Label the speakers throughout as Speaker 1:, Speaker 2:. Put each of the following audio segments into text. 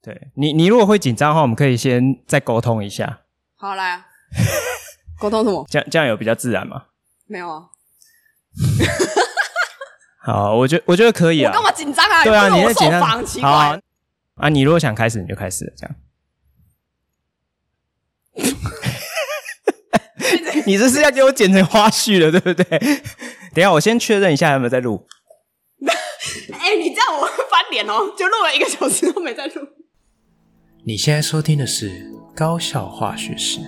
Speaker 1: 对你，你如果会紧张的话，我们可以先再沟通一下，
Speaker 2: 好来 啊，沟通什么？
Speaker 1: 这样这样有比较自然嘛？
Speaker 2: 没有啊，
Speaker 1: 好，我觉我觉得可以
Speaker 2: 我
Speaker 1: 啊。
Speaker 2: 干嘛紧张啊？
Speaker 1: 对啊，
Speaker 2: 你
Speaker 1: 你
Speaker 2: 以为
Speaker 1: 在
Speaker 2: 我
Speaker 1: 紧
Speaker 2: 受
Speaker 1: 张
Speaker 2: 访，奇
Speaker 1: 好啊
Speaker 2: 怪。
Speaker 1: 啊，你如果想开始，你就开始了这 样。你这是要给我剪成花絮了，对不对？等一下，我先确认一下有没有在录。
Speaker 2: 哎、你这样我会翻脸哦，就录了一个小时都没在录。
Speaker 3: 你现在收听的是《高效化学史》。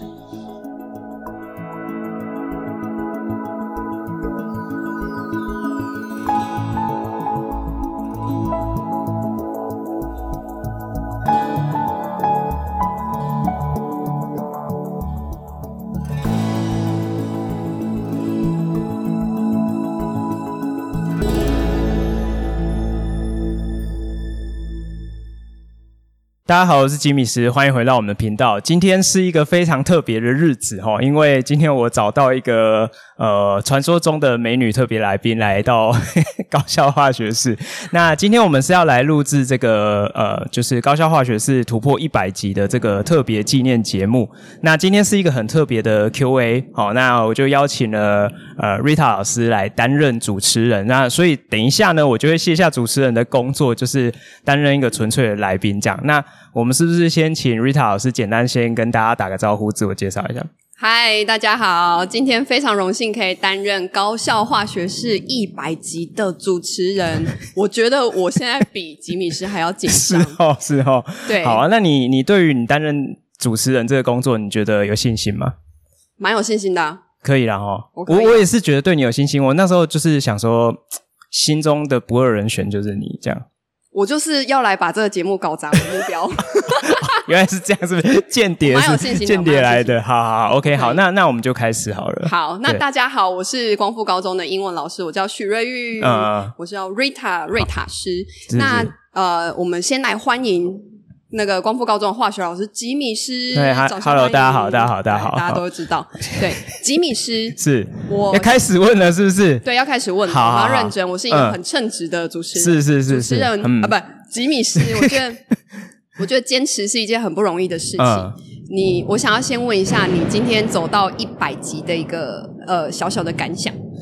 Speaker 1: 大家好，我是吉米斯，欢迎回到我们的频道。今天是一个非常特别的日子哈，因为今天我找到一个呃传说中的美女特别来宾来到 高校化学室。那今天我们是要来录制这个呃，就是高校化学室突破一百集的这个特别纪念节目。那今天是一个很特别的 Q&A，好，那我就邀请了呃 Rita 老师来担任主持人。那所以等一下呢，我就会卸下主持人的工作，就是担任一个纯粹的来宾这样。那我们是不是先请 Rita 老师简单先跟大家打个招呼，自我介绍一下？
Speaker 2: 嗨，大家好，今天非常荣幸可以担任高校化学室一百集的主持人。我觉得我现在比吉米师还要紧
Speaker 1: 是
Speaker 2: 张。
Speaker 1: 哦，是哦。
Speaker 2: 对，
Speaker 1: 好啊，那你你对于你担任主持人这个工作，你觉得有信心吗？
Speaker 2: 蛮有信心的啊、
Speaker 1: 可以啦哈，
Speaker 2: 我
Speaker 1: 我
Speaker 2: 可以啊
Speaker 1: 我也是觉得对你有信心。我那时候就是想说，心中的不二人选就是你这 样。
Speaker 2: 我就是要来把这个节目搞砸我的目 标。
Speaker 1: 原来是这样，是不是？间谍
Speaker 2: 蛮有信
Speaker 1: 是
Speaker 2: 心的
Speaker 1: 间谍来
Speaker 2: 蛮
Speaker 1: 的，好好好，OK，好，
Speaker 2: 对
Speaker 1: 那那我们就开始好了。
Speaker 2: 好，那
Speaker 1: 对
Speaker 2: 大家好，我是光复高中的英文老师，我叫许瑞玉，
Speaker 1: 嗯
Speaker 2: 我是叫 Rita 瑞塔师。
Speaker 1: 是
Speaker 2: 那呃，我们先来欢迎那个光复高中的化学老师吉米师。
Speaker 1: 对哈
Speaker 2: 掌声
Speaker 1: hello，
Speaker 2: 欢迎
Speaker 1: 大家好大家好大家
Speaker 2: 对
Speaker 1: 好
Speaker 2: 大家
Speaker 1: 好
Speaker 2: 都 知道，对吉米师，
Speaker 1: 是
Speaker 2: 我
Speaker 1: 要开始问了，是不是？
Speaker 2: 对要开始问了，
Speaker 1: 好好
Speaker 2: 我要
Speaker 1: 好
Speaker 2: 认真，我是一个
Speaker 1: 嗯
Speaker 2: 很称职的主持人，
Speaker 1: 是是
Speaker 2: 主
Speaker 1: 是嗯
Speaker 2: 持
Speaker 1: 是，
Speaker 2: 人、啊，不，吉米师，我 觉得我觉得坚持是一件很不容易的事情。
Speaker 1: 嗯
Speaker 2: 你，我想要先问一下，你今天走到一百集的一个呃小小的感想，你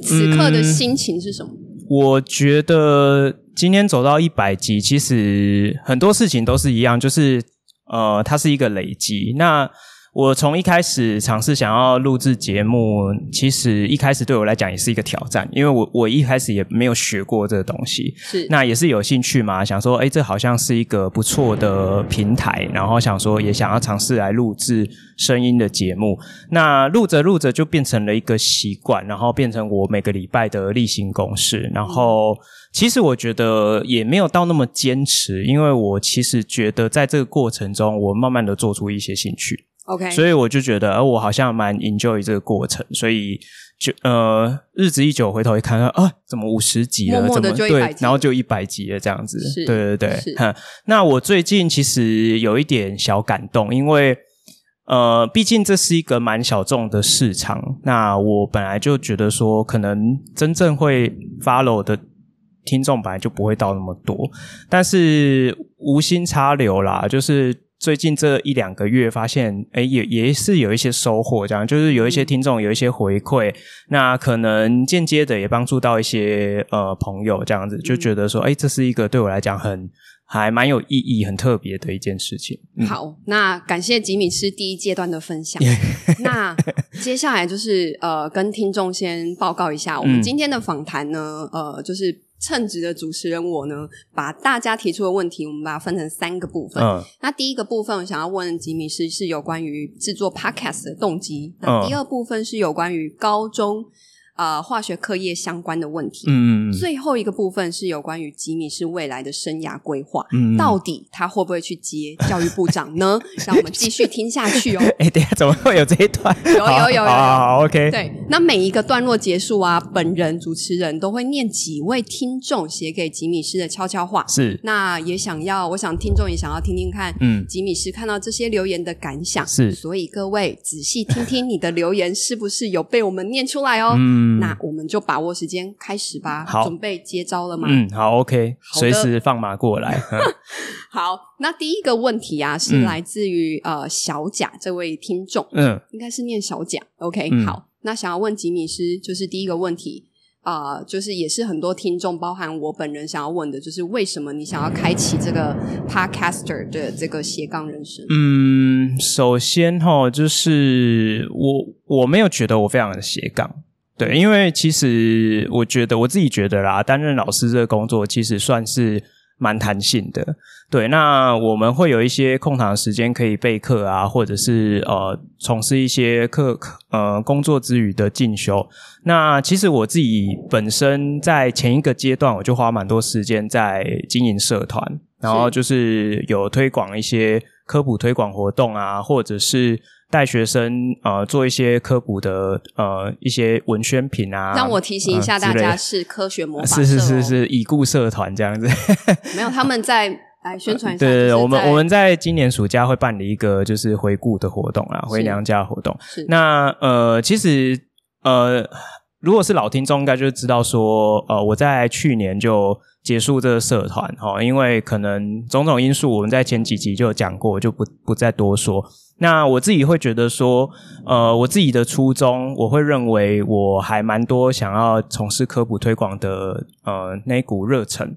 Speaker 2: 此刻
Speaker 1: 嗯
Speaker 2: 的心情是什么？
Speaker 1: 我觉得今天走到一百集，其实很多事情都是一样，就是呃，它是一个累积。那我从一开始尝试想要录制节目，其实一开始对我来讲也是一个挑战，因为我我一开始也没有学过这个东西。
Speaker 2: 是
Speaker 1: 那也是有兴趣嘛，想说，哎，这好像是一个不错的平台，然后想说也想要尝试来录制声音的节目。那录着录着就变成了一个习惯，然后变成我每个礼拜的例行公事。然后其实我觉得也没有到那么坚持，因为我其实觉得在这个过程中，我慢慢的做出一些兴趣。
Speaker 2: OK，
Speaker 1: 所以我就觉得，呃，我好像蛮 enjoy 这个过程，所以就呃，日子一久，回头一看，啊，怎么五十集了，
Speaker 2: 默默
Speaker 1: 怎
Speaker 2: 地
Speaker 1: 么
Speaker 2: 就100
Speaker 1: 对
Speaker 2: 集，
Speaker 1: 然后就一百集了，这样子
Speaker 2: 是，
Speaker 1: 对对
Speaker 2: 是
Speaker 1: 对。哼那我最近其实有一点小感动，因为呃，毕竟这是一个蛮小众的市场，那我本来就觉得说，可能真正会 follow 的。听众本来就不会到那么多，但是无心插柳啦，就是最近这一两个月发现，哎，也也是有一些收获，这样就是有一些听众有一些回馈，那可能间接的也帮助到一些呃朋友，这样子就觉得
Speaker 2: 嗯
Speaker 1: 说，哎，这是一个对我来讲很还蛮有意义、很特别的一件事情。嗯，
Speaker 2: 好，那感谢吉米师第一阶段的分享。 那接下来就是呃，跟听众先报告一下，我们
Speaker 1: 嗯
Speaker 2: 今天的访谈呢，呃，就是称职的主持人我呢，把大家提出的问题，我们把它分成三个部分。
Speaker 1: 嗯
Speaker 2: 那第一个部分，我想要问吉米是是有关于制作 podcast 的动机。那
Speaker 1: 嗯
Speaker 2: 第二部分是有关于高中呃化学课业相关的问题。
Speaker 1: 嗯嗯
Speaker 2: 最后一个部分是有关于吉米是未来的生涯规划，
Speaker 1: 嗯，
Speaker 2: 到底他会不会去接教育部长呢？ 让我们继续听下去哦。
Speaker 1: 哎，等一下怎么会有这一段？
Speaker 2: 有
Speaker 1: 好
Speaker 2: 有有有
Speaker 1: 好好好，OK，
Speaker 2: 对，那每一个段落结束啊，本人主持人都会念几位听众写给吉米师的悄悄话。
Speaker 1: 是，
Speaker 2: 那也想要，我想听众也想要听听看，
Speaker 1: 嗯
Speaker 2: 吉米师看到这些留言的感想，
Speaker 1: 是
Speaker 2: 所以各位仔细听听你的留言是不是有被我们念出来哦？
Speaker 1: 嗯
Speaker 2: 那我们就把握时间开始吧。
Speaker 1: 好
Speaker 2: 准备接招了吗？
Speaker 1: 嗯，好，OK，
Speaker 2: 好
Speaker 1: 随
Speaker 2: 的
Speaker 1: 时放马过来。嗯
Speaker 2: 好，那第一个问题啊，是
Speaker 1: 嗯
Speaker 2: 来自于、呃小贾这位听众，
Speaker 1: 嗯，
Speaker 2: 应该是念小贾。OK，、
Speaker 1: 嗯
Speaker 2: 好，那想要问吉米师，就是第一个问题啊、呃就是也是很多听众，包含我本人想要问的，就是为什么你想要开启这个 Podcaster 的这个斜杠人生？
Speaker 1: 嗯，首先哈，就是我我没有觉得我非常的斜杠，对，因为其实我觉得我自己觉得啦，担任老师这个工作其实算是蛮弹性的。对，那我们会有一些空档的时间可以备课啊，或者是呃从事一些课呃工作之余的进修。那其实我自己本身在前一个阶段，我就花蛮多时间在经营社团，然后就是有推广一些科普推广活动啊，或者是带学生呃做一些科普的呃一些文宣品啊。
Speaker 2: 让我提醒一下
Speaker 1: 呃
Speaker 2: 大
Speaker 1: 之类
Speaker 2: 家，
Speaker 1: 的
Speaker 2: 是科学魔法社、
Speaker 1: 是
Speaker 2: 哦，
Speaker 1: 是是是已故社团这样子。
Speaker 2: 没有他们在来宣传一下。
Speaker 1: 对对对，
Speaker 2: 就是
Speaker 1: 我们
Speaker 2: 在
Speaker 1: 我们在今年暑假会办理一个就是回顾的活动啦，回
Speaker 2: 是
Speaker 1: 娘家的活动。
Speaker 2: 是
Speaker 1: 那呃，其实呃，如果是老听众，应该就知道说，呃，我在去年就结束这个社团哈、哦，因为可能种种因素，我们在前几集就有讲过，我就不不再多说。那我自己会觉得说，呃，我自己的初衷，我会认为我还蛮多想要从事科普推广的呃那一股热忱，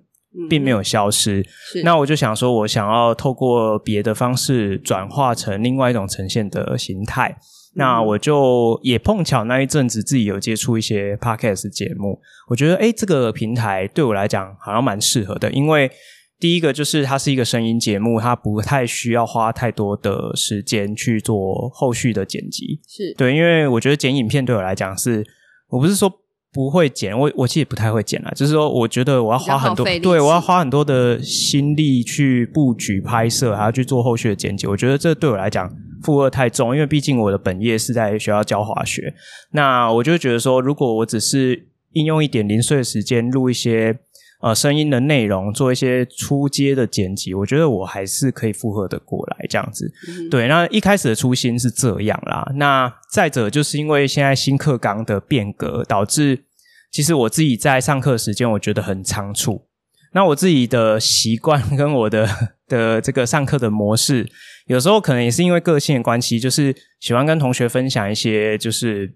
Speaker 1: 并没
Speaker 2: 有。
Speaker 1: 有消失。
Speaker 2: 嗯是
Speaker 1: 那我就想说，我想要透过别的方式转化成另外一种呈现的形态。那我就也碰巧那一阵子自己有接触一些 podcast 节目，我觉得诶这个平台对我来讲好像蛮适合的，因为第一个就是它是一个声音节目，它不太需要花太多的时间去做后续的剪辑。
Speaker 2: 是
Speaker 1: 对，因为我觉得剪影片对我来讲是，我不是说不会剪，我我其实也不太会剪啊，就是说我觉得我要
Speaker 2: 比较
Speaker 1: 花很
Speaker 2: 耗
Speaker 1: 多
Speaker 2: 费，力
Speaker 1: 对我要
Speaker 2: 气
Speaker 1: 花很多的心力去布局拍摄，还要去做后续的剪辑。我觉得这对我来讲负荷太重，因为毕竟我的本业是在学校教滑雪，那我就觉得说，如果我只是应用一点零碎的时间录一些。呃，声音的内容做一些出街的剪辑，我觉得我还是可以负荷的过来这样子。
Speaker 2: 嗯
Speaker 1: 对，那一开始的初心是这样啦。那再者，就是因为现在新课纲的变革，导致其实我自己在上课的时间，我觉得很仓促。那我自己的习惯跟我的 的这个上课的模式，有时候可能也是因为个性的关系，就是喜欢跟同学分享一些，就是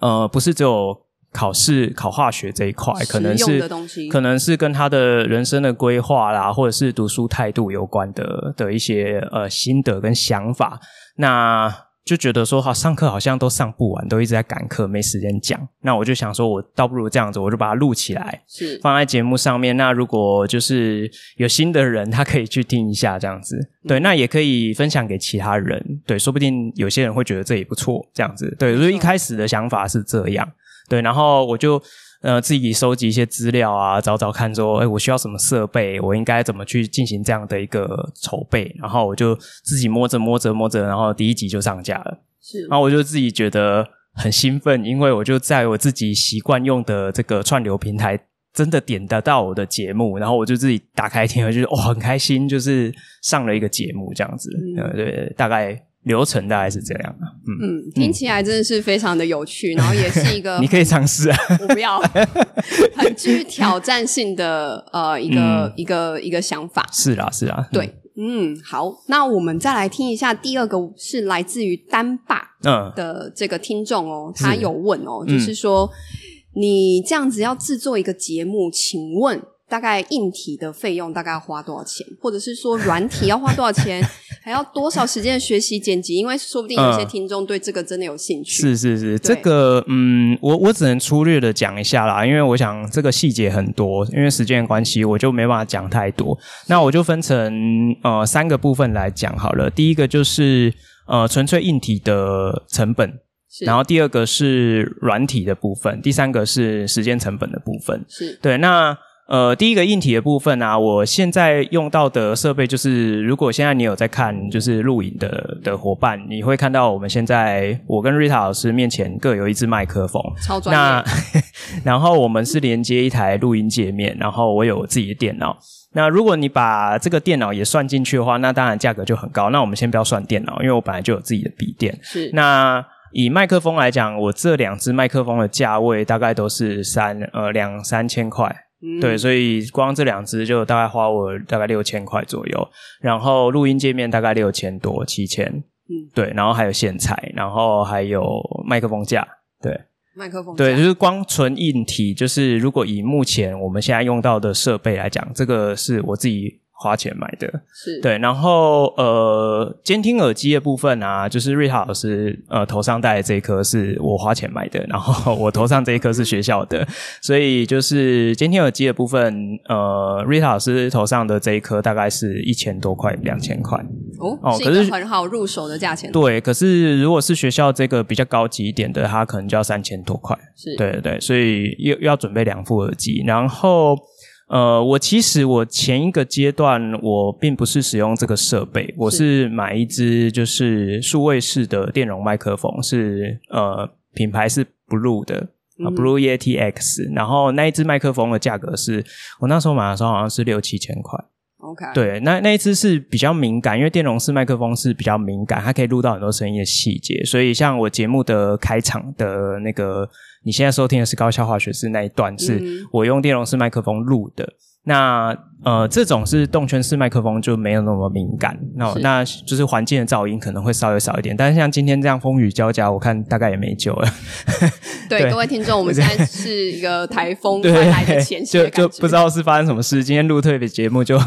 Speaker 1: 呃，不是只有考试考化学这一块，可能
Speaker 2: 实用
Speaker 1: 是
Speaker 2: 的东西
Speaker 1: 可能是跟他的人生的规划啦，或者是读书态度有关的的一些呃心得跟想法。那就觉得说，哈，上课好像都上不完，都一直在赶课，没时间讲。那我就想说，我倒不如这样子，我就把它录起来，
Speaker 2: 是
Speaker 1: 放在节目上面。那如果就是有新的人，他可以去听一下这样子，对，那也可以分享给其他人，对，说不定有些人会觉得这也不错，这样子，对，所以一开始的想法是这样，对，然后我就。呃，自己收集一些资料啊，找找看说，哎，我需要什么设备，我应该怎么去进行这样的一个筹备，然后我就自己摸着摸着摸着，然后第一集就上架了。
Speaker 2: 是
Speaker 1: 然后我就自己觉得很兴奋，因为我就在我自己习惯用的这个串流平台，真的点得到我的节目，然后我就自己打开听，我就是哇、很开心，就是上了一个节目这样子，
Speaker 2: 嗯
Speaker 1: 呃对对，大概流程大概是这样。啊
Speaker 2: 嗯，听起来真的是非常的有趣，然后也是一 个
Speaker 1: 你可以尝试啊，
Speaker 2: 我不要 很具挑战性的呃一个、
Speaker 1: 嗯
Speaker 2: 一个一个想法。
Speaker 1: 是啦是啦，
Speaker 2: 对，嗯，好，那我们再来听一下第二个是来自于丹爸
Speaker 1: 嗯，嗯，
Speaker 2: 的这个听众哦，
Speaker 1: 是嗯
Speaker 2: 他有问哦，就是说、你这样子要制作一个节目，请问大概硬体的费用大概要花多少钱，或者是说软体要花多少钱，还要多少时间的学习剪辑？因为说不定有些
Speaker 1: 嗯
Speaker 2: 听众对这个真的有兴趣。
Speaker 1: 是是是，这
Speaker 2: 对
Speaker 1: 个嗯，我我只能粗略的讲一下啦，因为我想这个细节很多，因为时间的关系，我就没办法讲太多。那我就分成呃三个部分来讲好了。第一个就是呃纯粹硬体的成本，
Speaker 2: 是，
Speaker 1: 然后第二个是软体的部分，第三个是时间成本的部分。
Speaker 2: 是
Speaker 1: 对，那呃，第一个硬体的部分啊，我现在用到的设备就是，如果现在你有在看就是录影的的伙伴，你会看到我们现在我跟 Rita 老师面前各有一支麦克风。
Speaker 2: 超专业。
Speaker 1: 那 然后我们是连接一台录音界面，然后我有我自己的电脑。那如果你把这个电脑也算进去的话，那当然价格就很高。那我们先不要算电脑，因为我本来就有自己的笔电。
Speaker 2: 是
Speaker 1: 那以麦克风来讲，我这两支麦克风的价位大概都是三呃两三千块，
Speaker 2: 嗯
Speaker 1: 对，所以光这两支就大概花我大概六千块左右，然后录音界面大概六千多七千，
Speaker 2: 嗯
Speaker 1: 对，然后还有线材，然后还有麦克风架，
Speaker 2: 哦
Speaker 1: 对
Speaker 2: 麦克风
Speaker 1: 对，
Speaker 2: 架
Speaker 1: 就是光纯硬体，就是如果以目前我们现在用到的设备来讲，这个是我自己花钱买的，
Speaker 2: 是，
Speaker 1: 对，然后呃，监听耳机的部分啊，就是瑞塔老师呃头上戴的这一颗是我花钱买的，然后我头上这一颗是学校的，所以就是监听耳机的部分，呃，瑞塔老师头上的这一颗大概是一千多块，两千块。
Speaker 2: 哦，
Speaker 1: 哦
Speaker 2: 是
Speaker 1: 可
Speaker 2: 一个
Speaker 1: 是
Speaker 2: 很好入手的价钱，
Speaker 1: 对，可是如果是学校这个比较高级一点的，它可能就要三千多块。
Speaker 2: 是，
Speaker 1: 对对对，所以又又要准备两副耳机。然后，呃，我其实我前一个阶段我并不是使用这个设备，我是买一支就是数位式的电容麦克风，是呃品牌是 Blue 的。啊
Speaker 2: 嗯
Speaker 1: ，Blue Yeti X，然后那一支麦克风的价格是我那时候买的时候好像是六七千块，
Speaker 2: ，OK，，
Speaker 1: 对，那那一支是比较敏感，因为电容式麦克风是比较敏感，它可以录到很多声音的细节。所以像我节目的开场的那个，你现在收听的是高效化学士那一段，
Speaker 2: 嗯
Speaker 1: 是我用电容式麦克风录的。那呃，这种是动圈式麦克风就没有那么敏感，那
Speaker 2: 是
Speaker 1: 那就是环境的噪音可能会稍微少一点。但是像今天这样风雨交加，我看大概也没救了。
Speaker 2: 对
Speaker 1: 对
Speaker 2: 各位听众，我们现在是一 个台风快
Speaker 1: 对，
Speaker 2: 来的前夕
Speaker 1: 就
Speaker 2: 的
Speaker 1: 就
Speaker 2: 感
Speaker 1: 不知
Speaker 2: 觉，
Speaker 1: 道是发生什么事。今天录特别节目就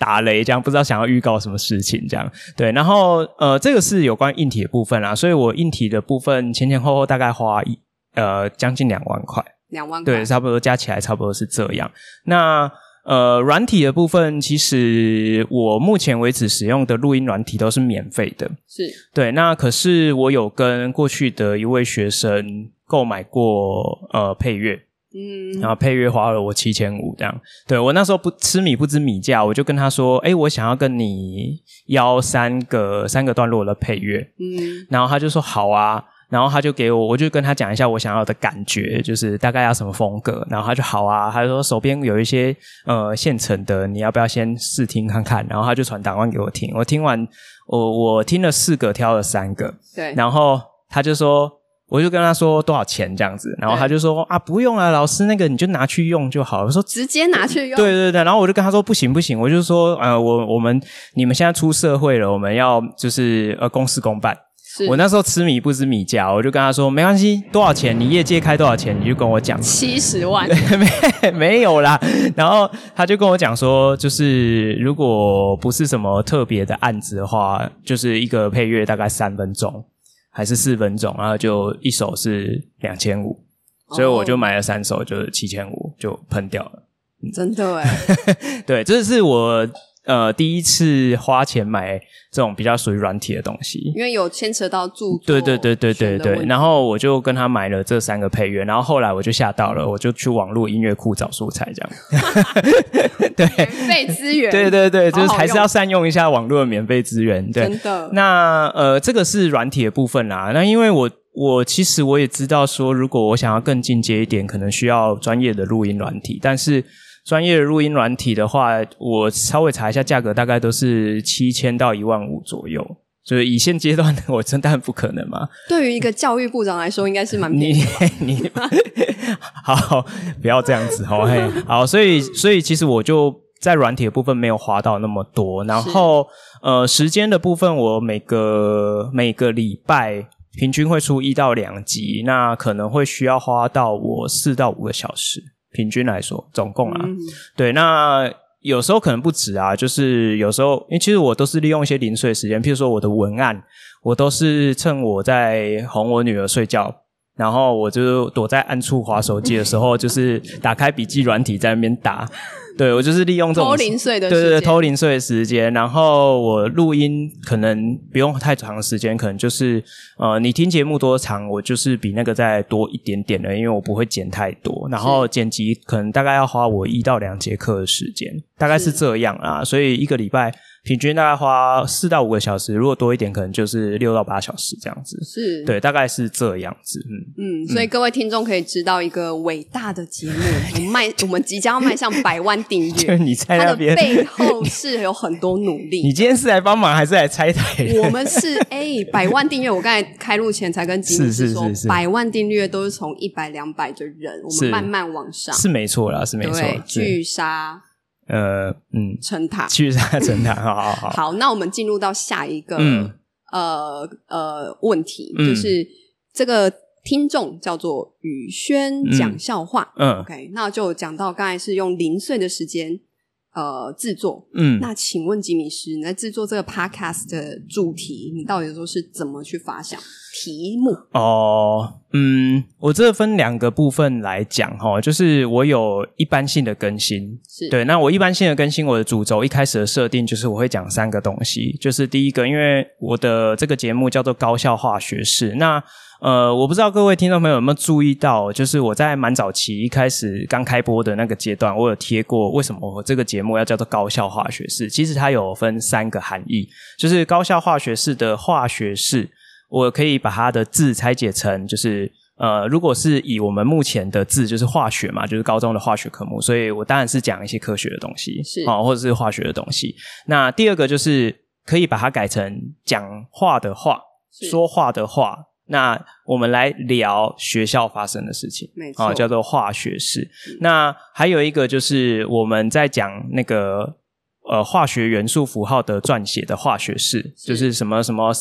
Speaker 1: 打雷，这样不知道想要预告什么事情，这样对。然后呃，这个是有关硬体的部分啦，所以我硬体的部分前前后后大概花一呃将近两万块，
Speaker 2: 两万块
Speaker 1: 对，，差不多加起来差不多是这样。那呃，软体的部分，其实我目前为止使用的录音软体都是免费的，
Speaker 2: 是
Speaker 1: 对，那可是我有跟过去的一位学生购买过呃配乐，
Speaker 2: 嗯
Speaker 1: 然后配乐花了我七千五这样。对我那时候不吃米不知米价，我就跟他说：“哎，我想要跟你邀三个三个段落的配乐。
Speaker 2: 嗯”
Speaker 1: 然后他就说：“好啊。”然后他就给我，我就跟他讲一下我想要的感觉，就是大概要什么风格。然后他就好啊，他就说手边有一些呃现成的，你要不要先试听看看？然后他就传档案给我听，我听完我我听了四个，挑了三个，
Speaker 2: 对，
Speaker 1: 然后他就说，我就跟他说多少钱这样子，然后他就说啊，不用了，老师那个你就拿去用就好。我说。
Speaker 2: 直接拿去用，
Speaker 1: 对对对，然后我就跟他说不行不行，我就说呃我我们你们现在出社会了，我们要就是呃公事公办。
Speaker 2: 是
Speaker 1: 我那时候吃米不知米价，我就跟他说没关系，多少钱你业界开多少钱你就跟我讲，
Speaker 2: 七十万，
Speaker 1: 没 没有啦。然后他就跟我讲说，就是如果不是什么特别的案子的话，就是一个配乐大概三分钟还是四分钟，然后就一首是两千五，
Speaker 2: 哦
Speaker 1: 所以我就买了三首，就是七千五就喷掉了。
Speaker 2: 真的哎，
Speaker 1: 对，这是我呃第一次花钱买这种比较属于软体的东西。
Speaker 2: 因为有牵扯到著作
Speaker 1: 对对对对对
Speaker 2: 权哦的问
Speaker 1: 对，
Speaker 2: 题
Speaker 1: 然后我就跟他买了这三个配乐，然后后来我就吓到了，我就去网络音乐库找素材，这样。对
Speaker 2: 免费资源，
Speaker 1: 对对对，就是
Speaker 2: 好好
Speaker 1: 还是
Speaker 2: 用
Speaker 1: 要善用一下网络的免费资源。对
Speaker 2: 真，的，
Speaker 1: 那呃，这个是软体的部分啦。那因为我我其实我也知道说，如果我想要更进阶一点，可能需要专业的录音软体，但是。专业的录音软体的话，我稍微查一下价格，大概都是七千到一万五左右。就是以现阶段，我真当然不可能嘛。
Speaker 2: 对于一个教育部长来说，应该是蛮便宜
Speaker 1: 你 你好，不要这样子好，嘿，好，所以所以其实我就在软体的部分没有花到那么多，然后呃时间的部分，我每个每个礼拜平均会出一到两集，那可能会需要花到我四到五个小时，平均来说，总共啊，
Speaker 2: 嗯
Speaker 1: 对，那有时候可能不止啊，就是有时候，因为其实我都是利用一些零碎时间，譬如说我的文案，我都是趁我在哄我女儿睡觉，然后我就躲在暗处划手机的时候，就是打开笔记软体在那边打。 对我就是利用这种
Speaker 2: 偷零碎的
Speaker 1: 对对对，
Speaker 2: 时间
Speaker 1: 偷零碎的时间，然后我录音可能不用太长的时间，可能就是呃，你听节目多长，我就是比那个再多一点点的，因为我不会剪太多，然后剪辑可能大概要花我一到两节课的时间，大概是
Speaker 2: 是
Speaker 1: 这样啊，所以一个礼拜平均大概花四到五个小时，如果多一点，可能就是六到八小时这样子。
Speaker 2: 是，，
Speaker 1: 对，大概是这样子。嗯，
Speaker 2: 嗯，所以各位听众可以知道一个伟大的节目，我 们迈，我们即将要迈向百万订
Speaker 1: 就
Speaker 2: 阅，
Speaker 1: 你在
Speaker 2: 它
Speaker 1: 那
Speaker 2: 的
Speaker 1: 边，
Speaker 2: 背啊后是有很多努
Speaker 1: 你
Speaker 2: 力。
Speaker 1: 今天是来帮忙还是来拆台的？
Speaker 2: 我们是哎、百万订阅，我刚才开录前才跟吉姆斯
Speaker 1: 是是
Speaker 2: 说，
Speaker 1: 是是
Speaker 2: 百万订阅都是从一百两百的人，我
Speaker 1: 是
Speaker 2: 们慢慢往上，
Speaker 1: 是没错啦，是没错
Speaker 2: 啊对，。
Speaker 1: 是
Speaker 2: 聚沙
Speaker 1: 呃嗯，
Speaker 2: 成塔。
Speaker 1: 去沙成塔，好好好，
Speaker 2: 好，那我们进入到下一个、
Speaker 1: 嗯
Speaker 2: 呃呃问题，
Speaker 1: 嗯
Speaker 2: 就是这个听众叫做宇轩讲笑话。
Speaker 1: 嗯
Speaker 2: OK，那就讲到刚才是用零碎的时间呃制作。
Speaker 1: 嗯。
Speaker 2: 那请问吉米师，你在制作这个 podcast 的主题，你到底都是怎么去发想题目？
Speaker 1: 哦，嗯，我这分两个部分来讲哈，就是我有一般性的更新，
Speaker 2: 是
Speaker 1: 对。那我一般性的更新，我的主轴一开始的设定就是我会讲三个东西，就是第一个，因为我的这个节目叫做高校化学室，那。呃，我不知道各位听众朋友有没有注意到，就是我在蛮早期一开始刚开播的那个阶段，我有贴过为什么我这个节目要叫做高校化学室。其实它有分三个含义，就是高校化学室的化学室，我可以把它的字拆解成就是。呃，如果是以我们目前的字就是化学嘛，就是高中的化学科目，所以我当然是讲一些科学的东西，
Speaker 2: 是
Speaker 1: 哦，或者是化学的东西。那第二个就是可以把它改成讲话的话，
Speaker 2: 是
Speaker 1: 说话的话。那我们来聊学校发生的事情，
Speaker 2: 没错嗯
Speaker 1: 啊叫做化学室。那还有一个就是我们在讲那个呃化学元素符号的撰写的化学式，
Speaker 2: 是
Speaker 1: 就是什么什么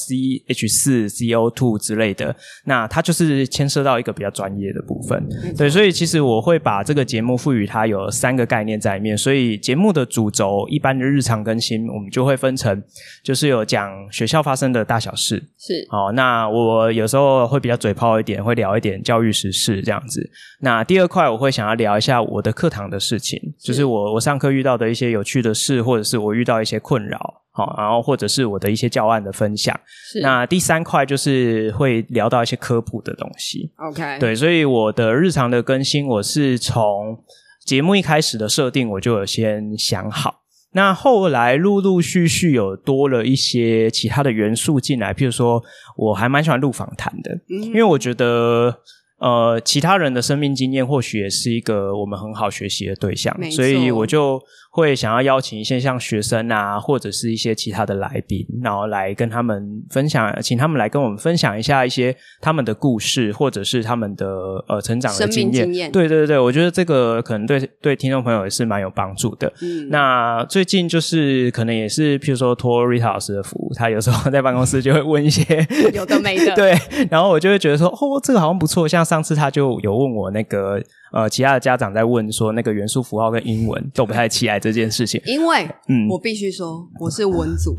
Speaker 1: CH 四、CO two 之类的，那它就是牵涉到一个比较专业的部分。对，所以其实我会把这个节目赋予它有三个概念在里面，所以节目的主轴一般的日常更新，我们就会分成就是有讲学校发生的大小事，
Speaker 2: 是
Speaker 1: 好，哦那我有时候会比较嘴炮一点，会聊一点教育时事这样子。那第二块我会想要聊一下我的课堂的事情，就是我我上课遇到的一些有趣的事，或者是我遇到一些困扰，好，然后或者是我的一些教案的分享。
Speaker 2: 是
Speaker 1: 那第三块就是会聊到一些科普的东西，
Speaker 2: OK
Speaker 1: 对，所以我的日常的更新，我是从节目一开始的设定，我就有先想好。那后来陆陆续续有多了一些其他的元素进来，譬如说，我还蛮喜欢录访谈的，
Speaker 2: 嗯
Speaker 1: 因为我觉得。呃，其他人的生命经验或许也是一个我们很好学习的对象
Speaker 2: 没，错
Speaker 1: 所以我就会想要邀请一些像学生啊，或者是一些其他的来宾，然后来跟他们分享，请他们来跟我们分享一下一些他们的故事，或者是他们的呃成长的
Speaker 2: 生命
Speaker 1: 经验。
Speaker 2: 经验
Speaker 1: 对对对，我觉得这个可能对对听众朋友也是蛮有帮助的。
Speaker 2: 嗯
Speaker 1: 那最近就是可能也是，譬如说托 Rita 老师的福，他有时候在办公室就会问一些
Speaker 2: 有的没 的，，
Speaker 1: 对，然后我就会觉得说，哦，这个好像不错。像上次他就有问我那个呃，其他的家长在问说那个元素符号跟英文都不太起来这件事情。
Speaker 2: 因为
Speaker 1: 嗯
Speaker 2: 我必须说，我是文 组，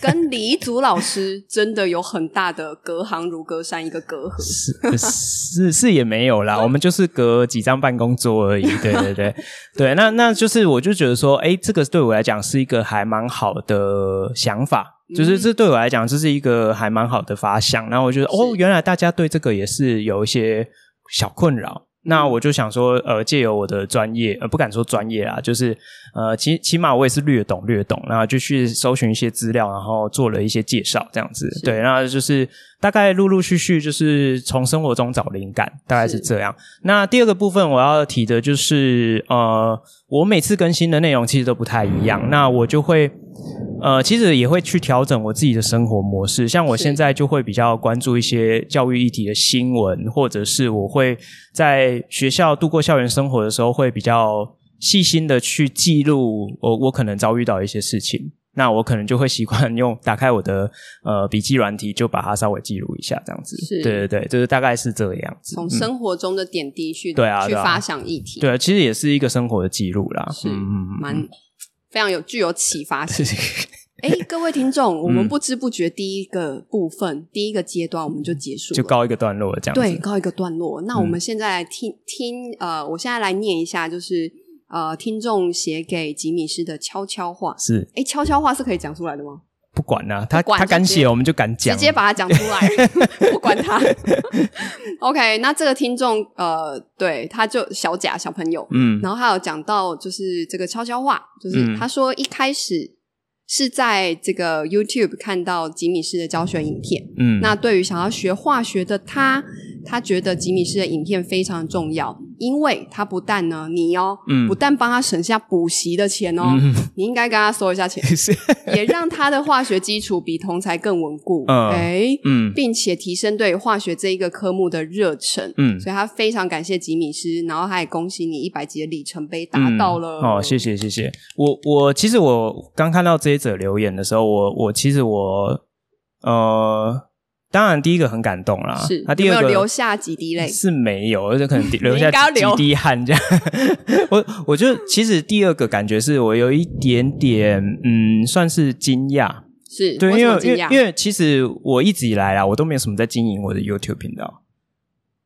Speaker 2: 跟黎族老师真的有很大的隔行如隔山一个隔阂。
Speaker 1: 是是是也没有啦，我们就是隔几张办公桌而已。对对对对，那那就是我就觉得说，哎，这个对我来讲是一个还蛮好的想法。就是这对我来讲，这是一个还蛮好的发想。然后我觉得，哦，原来大家对这个也是有一些小困扰。那我就想说，呃，借由我的专业，呃，不敢说专业啦，就是呃，起起码我也是略懂略懂，然后就去搜寻一些资料，然后做了一些介绍，这样子。对，那就是大概陆陆续续就是从生活中找灵感，大概是
Speaker 2: 是
Speaker 1: 这样。那第二个部分我要提的就是，呃，我每次更新的内容其实都不太一
Speaker 2: 嗯
Speaker 1: 样，那我就会。呃，其实也会去调整我自己的生活模式。像我
Speaker 2: 是
Speaker 1: 现在就会比较关注一些教育议题的新闻，或者是我会在学校度过校园生活的时候，会比较细心的去记录我我可能遭遇到一些事情。那我可能就会习惯用打开我的呃笔记软体，就把它稍微记录一下，这样子。
Speaker 2: 是
Speaker 1: 对对对，就是大概是这个样子。
Speaker 2: 从
Speaker 1: 嗯
Speaker 2: 生活中的点滴去、
Speaker 1: 对啊
Speaker 2: 去
Speaker 1: 对啊
Speaker 2: 发想议题，
Speaker 1: 对，其实也是一个生活的记录啦。
Speaker 2: 是
Speaker 1: 嗯嗯嗯
Speaker 2: 蛮非常有具有启发 性。哎，各位听众，我
Speaker 1: 嗯
Speaker 2: 们不知不觉第一个部分、第一个阶段我们就结束了，
Speaker 1: 就告一个段落了这样嗯子。
Speaker 2: 对告一个段落。那我们现在来听、听呃，我现在来念一下，就是呃，听众写给吉米师的悄悄话。
Speaker 1: 是
Speaker 2: 哎，悄悄话是可以讲出来的吗？
Speaker 1: 不管啦、他
Speaker 2: 不管
Speaker 1: 他敢
Speaker 2: 直接
Speaker 1: 写，我们就敢讲。
Speaker 2: 直接把它讲出 来，不管他。OK，那这个听众呃，对，他就小贾小朋友，
Speaker 1: 嗯
Speaker 2: 然后还有讲到就是这个悄悄话，就是
Speaker 1: 嗯
Speaker 2: 他说一开始是在这个 YouTube 看到吉米师的教学影片。
Speaker 1: 嗯，
Speaker 2: 那对于想要学化学的他，他觉得吉米师的影片非常重要，因为他不但呢，你哦，
Speaker 1: 嗯
Speaker 2: 不但帮他省下补习的钱哦，
Speaker 1: 嗯
Speaker 2: 你应该跟他收一 下钱，
Speaker 1: 是，
Speaker 2: 也让他的化学基础比同才更稳固。
Speaker 1: 嗯
Speaker 2: 哎、
Speaker 1: 嗯
Speaker 2: 并且提升对化学这一个科目的热忱。
Speaker 1: 嗯，
Speaker 2: 所以他非常感谢吉米师，然后他也恭喜你一百集的里程碑达到了、
Speaker 1: 哦，谢
Speaker 2: 谢。
Speaker 1: 谢谢谢。我我其实我刚看到这一则留言的时候，我我其实我呃，当然第一个很感动啦，
Speaker 2: 是，
Speaker 1: 那第
Speaker 2: 有
Speaker 1: 二
Speaker 2: 没
Speaker 1: 个
Speaker 2: 有留下几滴泪？
Speaker 1: 是没有，而且可 能留
Speaker 2: 应该
Speaker 1: 下
Speaker 2: 要
Speaker 1: 几
Speaker 2: 留
Speaker 1: 滴汗这样。 我我就其实第二个感觉是我有一点点嗯，算是惊讶，
Speaker 2: 是，
Speaker 1: 对，
Speaker 2: 为
Speaker 1: 因
Speaker 2: 什
Speaker 1: 为
Speaker 2: 么
Speaker 1: 因
Speaker 2: 惊
Speaker 1: 为
Speaker 2: 讶？
Speaker 1: 因为其实我一直以来啦，我都没有什么在经营我的 YouTube 频道，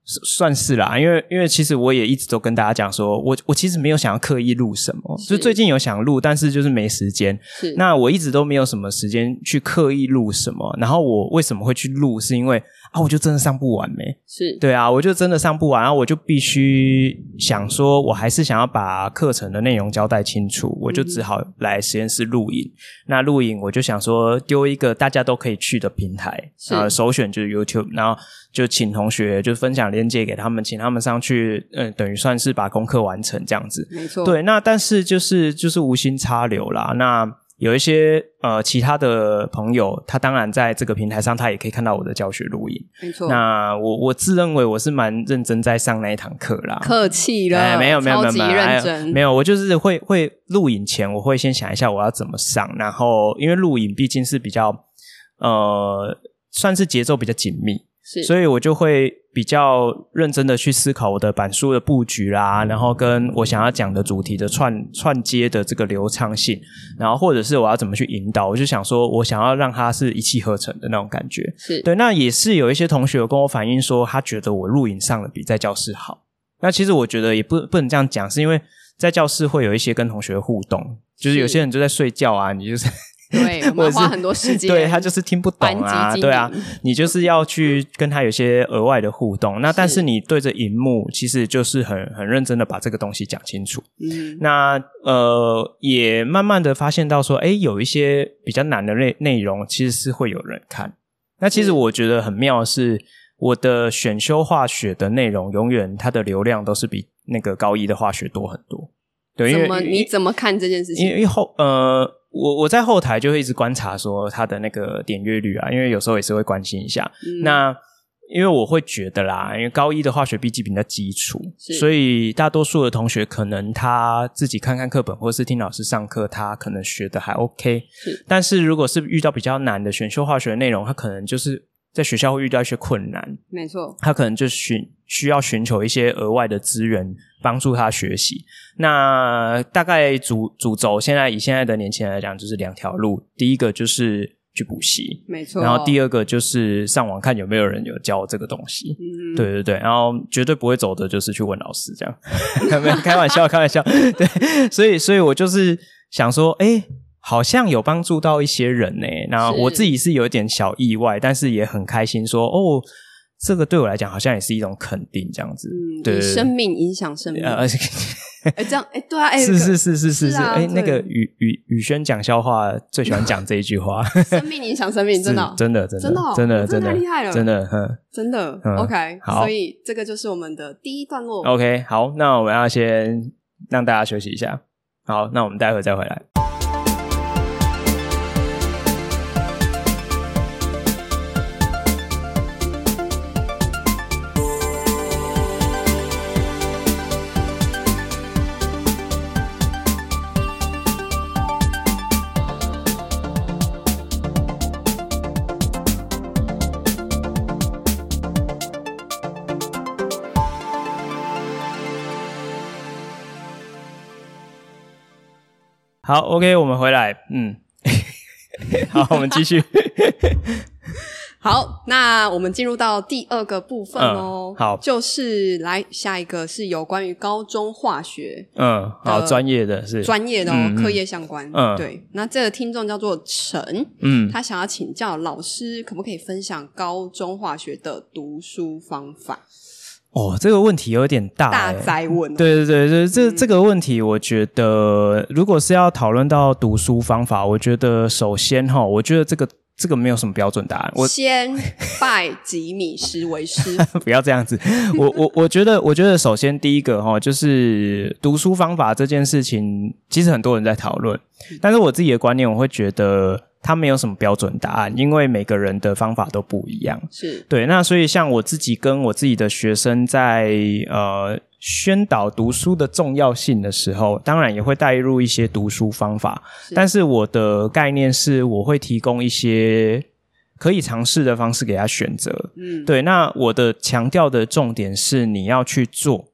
Speaker 1: 算算是啦。因为因为其实我也一直都跟大家讲说，我我其实没有想要刻意录什么，
Speaker 2: 是
Speaker 1: 就最近有想录，但是就是没时间。
Speaker 2: 是
Speaker 1: 那我一直都没有什么时间去刻意录什么。然后我为什么会去录，是因为啊，我就真的上不完没、
Speaker 2: 是
Speaker 1: 对啊，我就真的上不完，然后我就必须想说，我还是想要把课程的内容交代清楚，我就只好来实验室录影。那录影我就想说，丢一个大家都可以去的平台，
Speaker 2: 是
Speaker 1: 啊，首选就是 YouTube，然后就请同学就分享链接给他们，请他们上去，嗯、等于算是把功课完成这样子。
Speaker 2: 没错，
Speaker 1: 对，那但是就是就是无心插柳啦。那有一些呃其他的朋友，他当然在这个平台上，他也可以看到我的教学录影。
Speaker 2: 没错。
Speaker 1: 那我我自认为我是蛮认真在上那一堂课啦。
Speaker 2: 客气了，
Speaker 1: 哎没有没有没
Speaker 2: 超
Speaker 1: 有
Speaker 2: 级
Speaker 1: 没有
Speaker 2: 认
Speaker 1: 哎
Speaker 2: 真，
Speaker 1: 没有，我就是会会录影前，我会先想一下我要怎么上，然后因为录影毕竟是比较呃算是节奏比较紧密，
Speaker 2: 是，
Speaker 1: 所以我就会比较认真的去思考我的板书的布局
Speaker 2: 嗯
Speaker 1: 啦，然后跟我想要讲的主题的串串接的这个流畅性，然后或者是我要怎么去引导，我就想说我想要让它是一气呵成的那种感觉。
Speaker 2: 是
Speaker 1: 对，那也是有一些同学有跟我反映说，他觉得我录影上的比在教室好。那其实我觉得也不不能这样讲，是因为在教室会有一些跟同学互动，就是有
Speaker 2: 是
Speaker 1: 些人就在睡觉啊，你就是
Speaker 2: 对，
Speaker 1: 或
Speaker 2: 我
Speaker 1: 者
Speaker 2: 们
Speaker 1: 是
Speaker 2: 花很多时间，
Speaker 1: 对他就是听不懂啊，
Speaker 2: 班级经营
Speaker 1: 对啊，你就是要去跟他有些额外的互动。那但
Speaker 2: 是
Speaker 1: 是你对着荧幕，其实就是很很认真的把这个东西讲清楚。
Speaker 2: 嗯，
Speaker 1: 那呃，也慢慢的发现到说，哎，有一些比较难的内内容，其实是会有人看。那其实
Speaker 2: 是
Speaker 1: 我觉得很妙的是，我的选修化学的内容，永远它的流量都是比那个高一的化学多很多。对，因为
Speaker 2: 怎么你怎么看这件事
Speaker 1: 因
Speaker 2: 情？
Speaker 1: 为后呃，我我在后台就会一直观察说它的那个点阅率啊，因为有时候也是会关心一下。
Speaker 2: 嗯
Speaker 1: 那因为我会觉得啦，因为高一的化学笔记比较基础，
Speaker 2: 是
Speaker 1: 所以大多数的同学可能他自己看看课本，或是听老师上课，他可能学的还 OK
Speaker 2: 是。
Speaker 1: 但是如果是遇到比较难的选修化学的内容，他可能就是在学校会遇到一些困难，
Speaker 2: 没错，
Speaker 1: 他可能就寻需要寻求一些额外的资源帮助他学习。那大概主主轴现在以现在的年轻人来讲，就是两条路，第一个就是去补习，
Speaker 2: 没错。
Speaker 1: 然后第
Speaker 2: 二，
Speaker 1: 二个就是上网看有没有人有教这个东西。
Speaker 2: 嗯，
Speaker 1: 对对对，然后绝对不会走的就是去问老师这样，没 有开玩笑，开玩笑。对，所以所以我就是想说，哎，好像有帮助到一些人呢、那
Speaker 2: 是
Speaker 1: 我自己是有一点小意外，但是也很开心说，哦，这个对我来讲好像也是一种肯定，这样子。
Speaker 2: 嗯，
Speaker 1: 对
Speaker 2: 以
Speaker 1: 对
Speaker 2: 生命影响生命，
Speaker 1: 呃，
Speaker 2: 哎，这样，哎，对啊，哎，
Speaker 1: 是是是是是
Speaker 2: 是
Speaker 1: 是，
Speaker 2: 啊
Speaker 1: 哎、那
Speaker 2: 对
Speaker 1: 个宇宇宇轩讲笑话最喜欢讲这一句话，
Speaker 2: 生命影响生命， 真的哦
Speaker 1: 是，真的真
Speaker 2: 真的
Speaker 1: 的
Speaker 2: 哦
Speaker 1: 真的
Speaker 2: 真
Speaker 1: 真
Speaker 2: 的
Speaker 1: 的
Speaker 2: 太厉害了
Speaker 1: 真的，嗯
Speaker 2: 真的
Speaker 1: 嗯
Speaker 2: ，OK，
Speaker 1: 好哦
Speaker 2: 所以这个就是我们的第一段落。
Speaker 1: OK，好，那我们要先让大家休息一下。好，那我们待会再回来。好，OK，我们回来。 嗯，好，我们继 续。
Speaker 2: 好，那我们进入到第二个部分哦
Speaker 1: 嗯。好
Speaker 2: 就是来下一个是有关于高中化学
Speaker 1: 嗯，好，
Speaker 2: 呃
Speaker 1: 专业的是，
Speaker 2: 专业的哦
Speaker 1: 嗯，嗯
Speaker 2: 课业相关。
Speaker 1: 嗯
Speaker 2: 对，那这个听众叫做陈，
Speaker 1: 嗯，
Speaker 2: 他想要请教老师，可不可以分享高中化学的读书方法？
Speaker 1: 哦，这个问题有点大、
Speaker 2: 大
Speaker 1: 欸
Speaker 2: 灾问、哦。
Speaker 1: 对对对对，这
Speaker 2: 嗯
Speaker 1: 这个问题，我觉得如果是要讨论到读书方法，我觉得首先哈，我觉得这个这个没有什么标准答案，我
Speaker 2: 先拜吉米师 为师，
Speaker 1: 不要这样子。我我我觉得，我觉得首先第一个哈，就是读书方法这件事情，其实很多人在讨论，但是我自己的观念，我会觉得它没有什么标准答案，因为每个人的方法都不一样。
Speaker 2: 是
Speaker 1: 对，那所以像我自己跟我自己的学生在呃宣导读书的重要性的时候，当然也会带入一些读书方法，
Speaker 2: 是
Speaker 1: 但是我的概念是我会提供一些可以尝试的方式给他选择。
Speaker 2: 嗯，
Speaker 1: 对，那我的强调的重点是你要去做，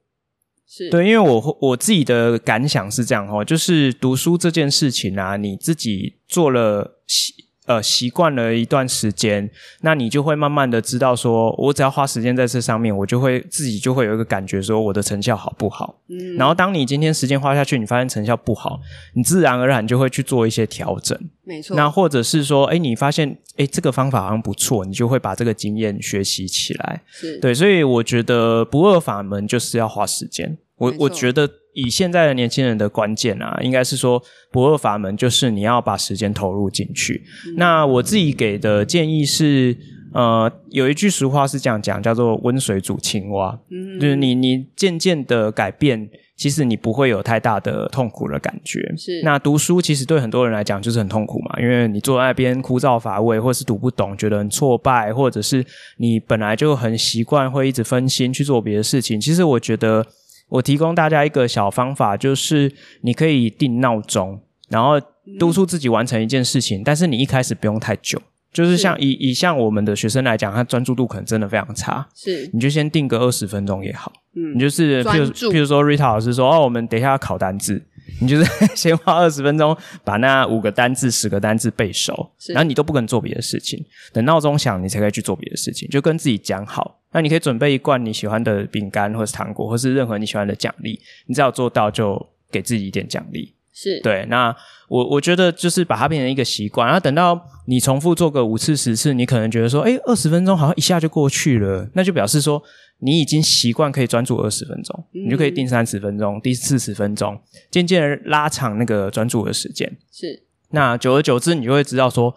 Speaker 2: 是
Speaker 1: 对，因为我会我自己的感想是这样哦，就是读书这件事情啊，你自己做了习呃习惯了一段时间，那你就会慢慢的知道说，我只要花时间在这上面，我就会自己就会有一个感觉，说我的成效好不好。
Speaker 2: 嗯
Speaker 1: 然后当你今天时间花下去，你发现成效不好，你自然而然就会去做一些调整。
Speaker 2: 没错，
Speaker 1: 那或者是说，哎，你发现哎这个方法好像不错，你就会把这个经验学习起来。
Speaker 2: 是
Speaker 1: 对，所以我觉得不二法门就是要花时间。我
Speaker 2: 没错
Speaker 1: 我觉得以现在的年轻人的关键啊，应该是说不二法门就是你要把时间投入进去。
Speaker 2: 嗯
Speaker 1: 那我自己给的建议是，呃，有一句俗话是这样讲，叫做“温水煮青蛙”，
Speaker 2: 嗯
Speaker 1: 就是你你渐渐的改变。其实你不会有太大的痛苦的感觉。
Speaker 2: 是
Speaker 1: 那读书其实对很多人来讲就是很痛苦嘛，因为你坐在那边枯燥乏味，或是读不懂，觉得很挫败，或者是你本来就很习惯会一直分心去做别的事情。其实我觉得，我提供大家一个小方法，就是你可以定闹钟，然后督促自己完成一件事情，但是你一开始不用太久。就是像以以像我们的学生来讲，他专注度可能真的非常差，
Speaker 2: 是
Speaker 1: 你就先定个二十分钟也好。
Speaker 2: 嗯
Speaker 1: 你就是譬
Speaker 2: 专注
Speaker 1: 如譬如说 Rita 老师说哦，我们等一下要考单字，你就是 先花二十分钟把那五个单字、十个单字背熟，
Speaker 2: 是
Speaker 1: 然后你都不可能做别的事情，等闹钟响你才可以去做别的事情，就跟自己讲好。那你可以准备一罐你喜欢的饼干，或是糖果，或是任何你喜欢的奖励，你只要做到就给自己一点奖励。
Speaker 2: 是
Speaker 1: 对，那我我觉得就是把它变成一个习惯，然后等到你重复做个五次十次，你可能觉得说，哎，二十分钟好像一下就过去了，那就表示说你已经习惯可以专注二十分钟，你就可以定三十分钟，定四十分钟，渐渐的拉长那个专注的时间。
Speaker 2: 是
Speaker 1: 那久而久之，你就会知道说，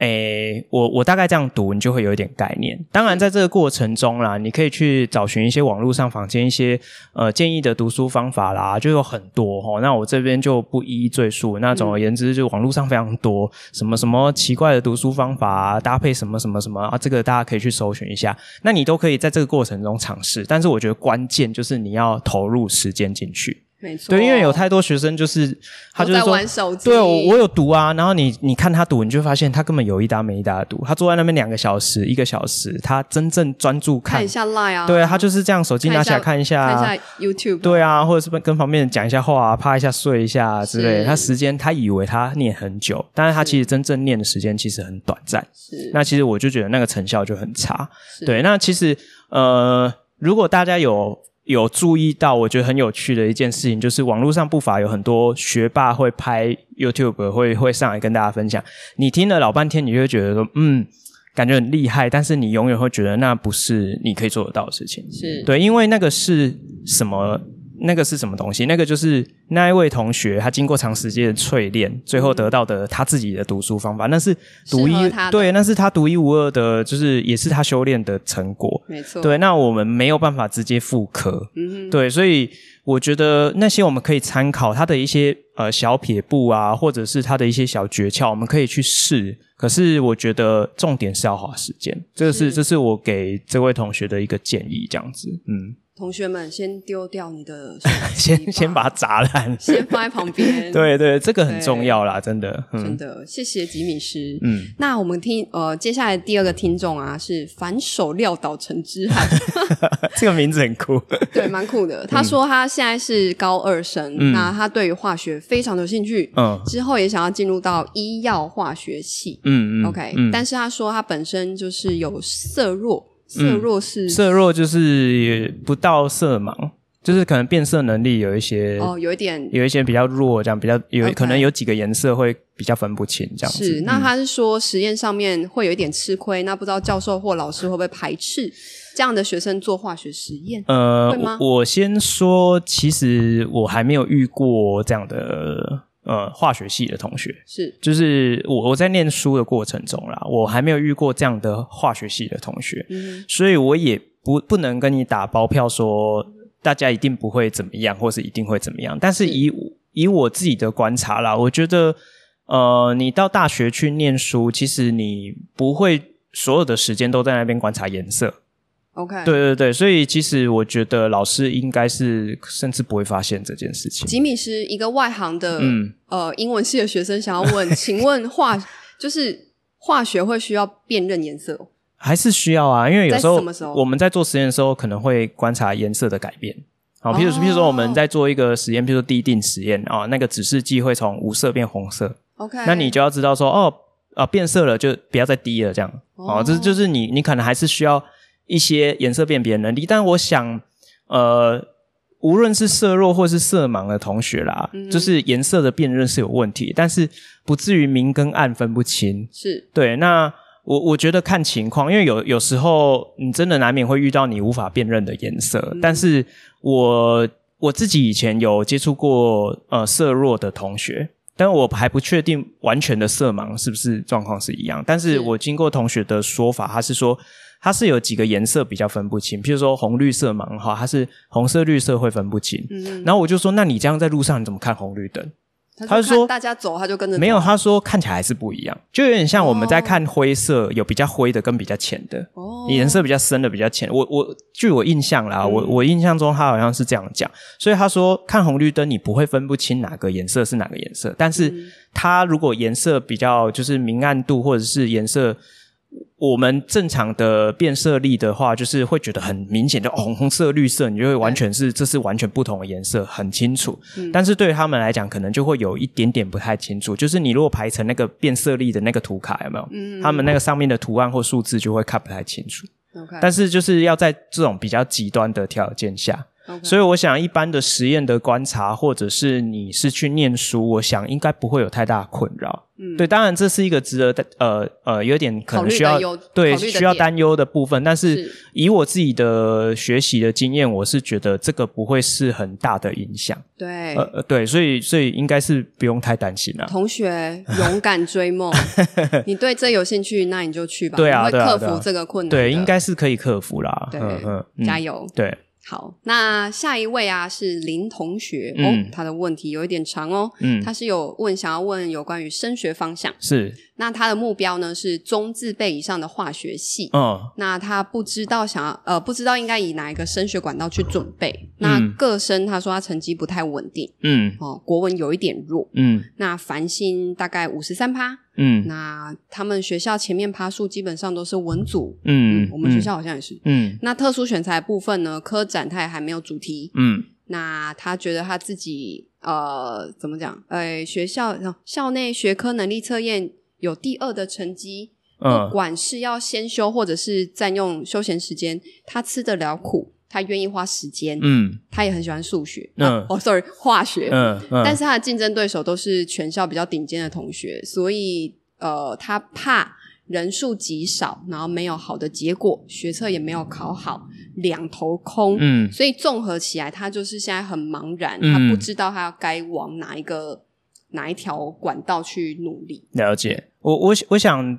Speaker 1: 诶，我我大概这样读，你就会有一点概念。当
Speaker 2: 嗯
Speaker 1: 然，在这个过程中啦，你可以去找寻一些网络上坊间一些呃建议的读书方法啦，就有很多哦。那我这边就不一一赘述。那
Speaker 2: 嗯
Speaker 1: 总而言之，就网络上非常多什么什么奇怪的读书方法、啊，搭配什么什么什么啊，这个大家可以去搜寻一下。那你都可以在这个过程中尝试，但是我觉得关键就是你要投入时间进去。
Speaker 2: 没错，
Speaker 1: 对，因为有太多学生就是他
Speaker 2: 啊都
Speaker 1: 就是
Speaker 2: 在
Speaker 1: 说
Speaker 2: 玩手机，
Speaker 1: 对，我我有读啊，然后你你看他读，你就发现他根本有一搭没一搭的读，他坐在那边两个小时、一个小时，他真正专注看，
Speaker 2: 看一下 Line 啊，
Speaker 1: 对他就是这样手机拿起来看一下，
Speaker 2: 看一下 YouTube，
Speaker 1: 对啊，或者是跟旁边人讲一下话、啊，趴一下睡一下、啊、之类的。
Speaker 2: 是
Speaker 1: 他时间他以为他念很久，但是他其实真正念的时间其实很短暂。
Speaker 2: 是
Speaker 1: 那其实我就觉得那个成效就很差。
Speaker 2: 是
Speaker 1: 对，那其实呃，如果大家有有注意到，我觉得很有趣的一件事情，就是网络上不乏有很多学霸会拍 YouTube，会会上来跟大家分享。你听了老半天，你就会觉得说，嗯，感觉很厉害，但是你永远会觉得那不是你可以做得到的事情。
Speaker 2: 是
Speaker 1: 对，因为那个是什么？那个是什么东西？那个就是那一位同学，他经过长时间的淬炼，最后得到的他自己的读书方法，那是独一
Speaker 2: 适合他的
Speaker 1: 对，那是他独一无二的，就是也是他修炼的成果。
Speaker 2: 没错，
Speaker 1: 对，那我们没有办法直接复刻，
Speaker 2: 嗯哼，
Speaker 1: 对，所以我觉得那些我们可以参考他的一些呃小撇步啊，或者是他的一些小诀窍，我们可以去试。可是我觉得重点是要花时间，这是
Speaker 2: 是
Speaker 1: 这是我给这位同学的一个建议，这样子，嗯，
Speaker 2: 同学们先丢掉你的手机吧
Speaker 1: 先先把它砸烂，
Speaker 2: 先放在旁边，，
Speaker 1: 对对，这个很重要啦，真的，
Speaker 2: 真
Speaker 1: 嗯
Speaker 2: 的谢谢吉米师。
Speaker 1: 嗯，
Speaker 2: 那我们听呃，接下来第二个听众啊是反手撂倒成 之汉，
Speaker 1: 这个名字很 酷，
Speaker 2: 对，蛮酷的。他说他现在是高二生，
Speaker 1: 嗯
Speaker 2: 那他对于化学非常有兴趣，
Speaker 1: 嗯
Speaker 2: 之后也想要进入到医药化学系。
Speaker 1: 嗯嗯
Speaker 2: OK，、
Speaker 1: 嗯
Speaker 2: 但是他说他本身
Speaker 1: 嗯
Speaker 2: 就是有色弱，色弱是、
Speaker 1: 色弱就是不到色盲，就是可能变色能力有一些
Speaker 2: 哦，有一点
Speaker 1: 有一些比较弱，这样比较有
Speaker 2: OK
Speaker 1: 可能有几个颜色会比较分不清这样子。嗯
Speaker 2: 是，那他是说实验上面会有一点吃亏，那不知道教授或老师会不会排斥这样的学生做化学实验？
Speaker 1: 呃，
Speaker 2: 会吗
Speaker 1: 我我先说，其实我还没有遇过这样的呃化学系的同学，
Speaker 2: 是
Speaker 1: 就是我我在念书的过程中啦，我还没有遇过这样的化学系的同学，
Speaker 2: 嗯
Speaker 1: 所以我也不不能跟你打包票说大家一定不会怎么样，或是一定会怎么样。但是
Speaker 2: 是
Speaker 1: 以我以我自己的观察啦，我觉得呃，你到大学去念书，其实你不会所有的时间都在那边观察颜色。
Speaker 2: OK，，
Speaker 1: 对对对，所以其实我觉得老师应该是甚至不会发现这件事情。
Speaker 2: 吉米是一个外行的、
Speaker 1: 嗯
Speaker 2: 呃英文系的学生，想要问，请问 化就是化学会需要辨认颜色哦？
Speaker 1: 还是需要啊，因为有时
Speaker 2: 在
Speaker 1: 候
Speaker 2: 什么时候
Speaker 1: 我们在做实验的时候，可能会观察颜色的改变。好，譬如
Speaker 2: 哦
Speaker 1: 譬如说我们在做一个实验，譬如说滴定实验啊，那个指示剂会从无色变红色，
Speaker 2: OK，
Speaker 1: 那你就要知道说哦啊变色了，就不要再滴了这样。哦，
Speaker 2: 哦
Speaker 1: 这就是你你可能还是需要一些颜色辨别能力，但我想呃。无论是色弱或是色盲的同学啦，
Speaker 2: 嗯
Speaker 1: 就是颜色的辨认是有问题，但是不至于明跟暗分不清。
Speaker 2: 是
Speaker 1: 对，那我我觉得看情况，因为有有时候你真的难免会遇到你无法辨认的颜色，但是我我自己以前有接触过呃色弱的同学。但我还不确定完全的色盲是不是状况是一样，但是
Speaker 2: 是
Speaker 1: 我经过同学的说法，他是说他是有几个颜色比较分不清，譬如说红绿色盲哈，他是红色绿色会分不清。
Speaker 2: 嗯，
Speaker 1: 然后我就说，那你这样在路上你怎么看红绿灯？他
Speaker 2: 他
Speaker 1: 是
Speaker 2: 看
Speaker 1: 说
Speaker 2: 大家走，他就跟着走
Speaker 1: 没有，他说看起来还是不一样，就有点像我们在看灰色，有比较灰的跟比较浅的，
Speaker 2: 哦
Speaker 1: 颜色比较深的比较浅。我我据我印象啦，我我印象中他好像是这样讲，所以他说看红绿灯你不会分不清哪个颜色是哪个颜色，但是它如果颜色比较就是明暗度或者是颜色。我们正常的变色力的话，就是会觉得很明显，就哦红色、绿色，你就会完全是这是完全不同的颜色，很清楚。但是对他们来讲，可能就会有一点点不太清楚。就是你如果排成那个变色力的那个图卡，有没有？
Speaker 2: 嗯
Speaker 1: 他们那个上面的图案或数字就会看不太清楚。
Speaker 2: 嗯 OK，
Speaker 1: 但是就是要在这种比较极端的条件下，
Speaker 2: OK
Speaker 1: 所以我想一般的实验的观察，或者是你是去念书，我想应该不会有太大困扰。嗯，对，当然这是一个值得担呃呃有点可能需
Speaker 2: 考
Speaker 1: 要
Speaker 2: 虑的忧
Speaker 1: 对
Speaker 2: 考虑的
Speaker 1: 需要
Speaker 2: 点
Speaker 1: 担忧的部分，但是
Speaker 2: 是
Speaker 1: 以我自己的学习的经验，我是觉得这个不会是很大的影响。
Speaker 2: 对、
Speaker 1: 呃呃，对，所以所以应该是不用太担心啦、
Speaker 2: 同学勇敢 追梦，你对这有兴趣，那你就去吧，
Speaker 1: 对啊
Speaker 2: 你
Speaker 1: 对
Speaker 2: 会
Speaker 1: 啊
Speaker 2: 克
Speaker 1: 对啊
Speaker 2: 服这个困难的，
Speaker 1: 对，应该是可以克服啦。
Speaker 2: 嗯对
Speaker 1: 嗯嗯，嗯
Speaker 2: 加油。
Speaker 1: 对，
Speaker 2: 好，那下一位啊是林同学、
Speaker 1: 嗯
Speaker 2: 哦，他的问题有一点长哦，
Speaker 1: 嗯
Speaker 2: 他是有问想要问有关于升学方向，
Speaker 1: 是，
Speaker 2: 那他的目标呢是中字辈以上的化学系。
Speaker 1: 嗯
Speaker 2: 那他不知道想要呃，不知道应该以哪一个升学管道去准备。那各升他说他成绩不太稳定
Speaker 1: 嗯
Speaker 2: 哦，国文有一点弱。
Speaker 1: 嗯
Speaker 2: 那繁星大概五十三趴。
Speaker 1: 嗯
Speaker 2: 那他们学校前面趴数基本上都是文组，
Speaker 1: 嗯，
Speaker 2: 我们学校好像也是。
Speaker 1: 嗯
Speaker 2: 那特殊选材部分呢，科展他也还没有主题。
Speaker 1: 嗯
Speaker 2: 那他觉得他自己呃怎么讲？呃，学校校内学科能力测验有第二的成绩，不
Speaker 1: 嗯
Speaker 2: 管是要先修或者是占用休闲时间，他吃得了苦，他愿意花时间，
Speaker 1: 嗯
Speaker 2: 他也很喜欢数学，
Speaker 1: 嗯
Speaker 2: 啊哦，sorry，化学，
Speaker 1: 嗯嗯，
Speaker 2: 但是他的竞争对手都是全校比较顶尖的同学，所以呃，他怕人数极少，然后没有好的结果，学测也没有考好，两头空。
Speaker 1: 嗯
Speaker 2: 所以综合起来，他就是现在很茫然，
Speaker 1: 嗯
Speaker 2: 他不知道他该往哪一个哪一条管道去努力。
Speaker 1: 了解。我我我想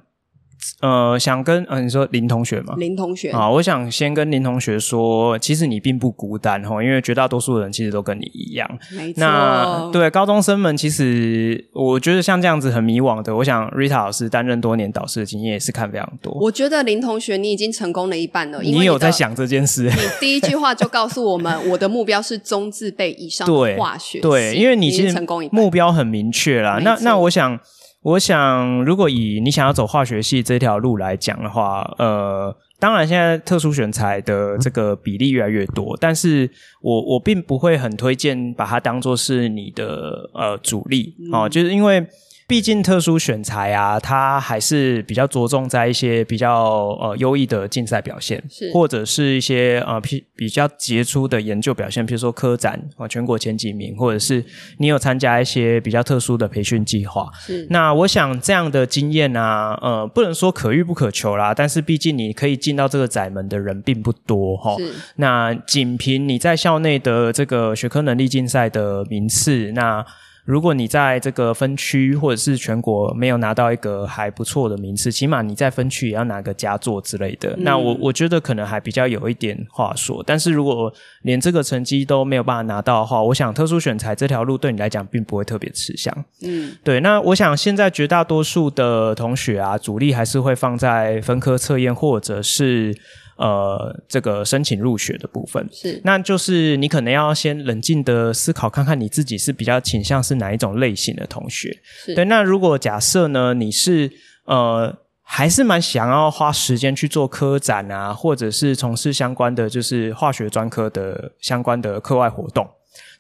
Speaker 1: 呃想跟嗯、呃、你说林同学嘛，
Speaker 2: 林同学，
Speaker 1: 啊，我想先跟林同学说，其实你并不孤单哈，因为绝大多数人其实都跟你一样。
Speaker 2: 没错，
Speaker 1: 那对高中生们，其实我觉得像这样子很迷惘的，我想 Rita 老师担任多年导师的经验也是看非常多。
Speaker 2: 我觉得林同学你已经成功了一半了，因为
Speaker 1: 你有
Speaker 2: 的
Speaker 1: 在。想这件事？
Speaker 2: 你第一句话就告诉我 们，我的目标是中字辈以上
Speaker 1: 对
Speaker 2: 的化学系。
Speaker 1: 对，因为你
Speaker 2: 你已
Speaker 1: 其
Speaker 2: 经
Speaker 1: 实
Speaker 2: 成功一半
Speaker 1: 目标很明确啦。
Speaker 2: 没
Speaker 1: 那
Speaker 2: 错
Speaker 1: 那我想，我想如果以你想要走化学系这条路来讲的话，呃，当然现在特殊选材的这个比例越来越多，但是我我并不会很推荐把它当做是你的呃主力哦，就是因为。毕竟特殊选材啊，它还是比较着重在一些比较呃优异的竞赛表现，
Speaker 2: 是
Speaker 1: 或者是一些呃比比较杰出的研究表现，譬如说科展啊、呃全国前几名，或者是你有参加一些比较特殊的培训计划。
Speaker 2: 是
Speaker 1: 那我想这样的经验啊，呃，不能说可遇不可求啦，但是毕竟你可以进到这个窄门的人并不多哈。
Speaker 2: 是
Speaker 1: 那仅凭你在校内的这个学科能力竞赛的名次，那如果你在这个分区或者是全国没有拿到一个还不错的名次，起码你在分区也要拿个佳作之类
Speaker 2: 嗯
Speaker 1: 的。那我我觉得可能还比较有一点话说，但是如果连这个成绩都没有办法拿到的话，我想特殊选材这条路对你来讲并不会特别吃香。
Speaker 2: 嗯
Speaker 1: 对，那我想现在绝大多数的同学啊，主力还是会放在分科测验或者是呃这个申请入学的部分。
Speaker 2: 是
Speaker 1: 那就是你可能要先冷静的思考，看看你自己是比较倾向是哪一种类型的同学。
Speaker 2: 是
Speaker 1: 对，那如果假设呢，你是呃还是蛮想要花时间去做科展啊，或者是从事相关的就是化学专科的相关的课外活动，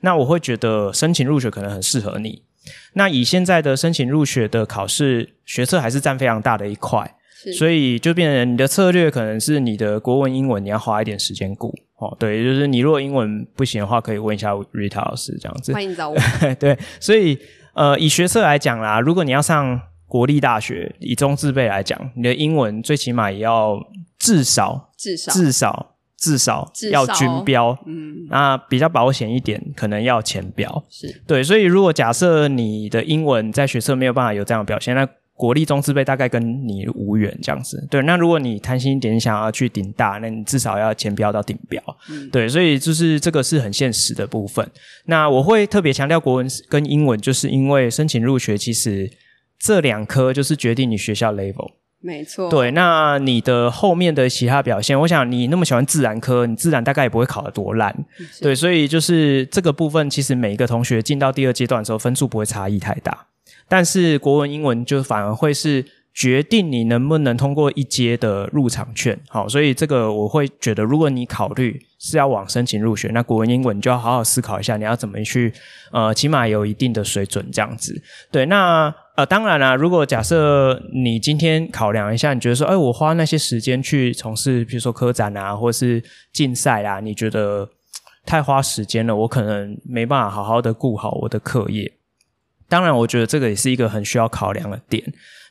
Speaker 1: 那我会觉得申请入学可能很适合你。那以现在的申请入学的考试，学测还是占非常大的一块。
Speaker 2: 是
Speaker 1: 所以就变成你的策略可能是你的国文、英文你要花一点时间顾哦。对，就是你如果英文不行的话，可以问一下 Rita 老师这样子。
Speaker 2: 欢迎找我，
Speaker 1: 对，所以呃，以学测来讲啦，如果你要上国立大学，以中自备来讲，你的英文最起码也要至少
Speaker 2: 至少
Speaker 1: 至少至少
Speaker 2: 至
Speaker 1: 要
Speaker 2: 少
Speaker 1: 均标，
Speaker 2: 嗯
Speaker 1: 那比较保险一点，可能要前标。
Speaker 2: 是
Speaker 1: 对，所以如果假设你的英文在学测没有办法有这样的表现，那国立中自备大概跟你无缘这样子。对，那如果你贪心一点，你想要去顶大，那你至少要前标到顶标。
Speaker 2: 嗯
Speaker 1: 对，所以就是这个是很现实的部分。那我会特别强调国文跟英文，就是因为申请入学其实。这两科就是决定你学校 level，
Speaker 2: 没错，
Speaker 1: 对，那你的后面的其他表现，我想你那么喜欢自然科，你自然大概也不会考得多烂，
Speaker 2: 嗯是
Speaker 1: 对，所以就是这个部分，其实每一个同学进到第二阶段的时候，分数不会差异太大，但是国文、英文就反而会是决定你能不能通过一阶的入场券。好，所以这个我会觉得，如果你考虑是要往申请入学，那国文、英文你就要好好思考一下，你要怎么去呃，起码有一定的水准这样子。对，那。呃，当然啦、如果假设你今天考量一下，你觉得说，哎，我花那些时间去从事，比如说科展啊，或是竞赛啦、你觉得太花时间了，我可能没办法好好的顾好我的课业。当然，我觉得这个也是一个很需要考量的点。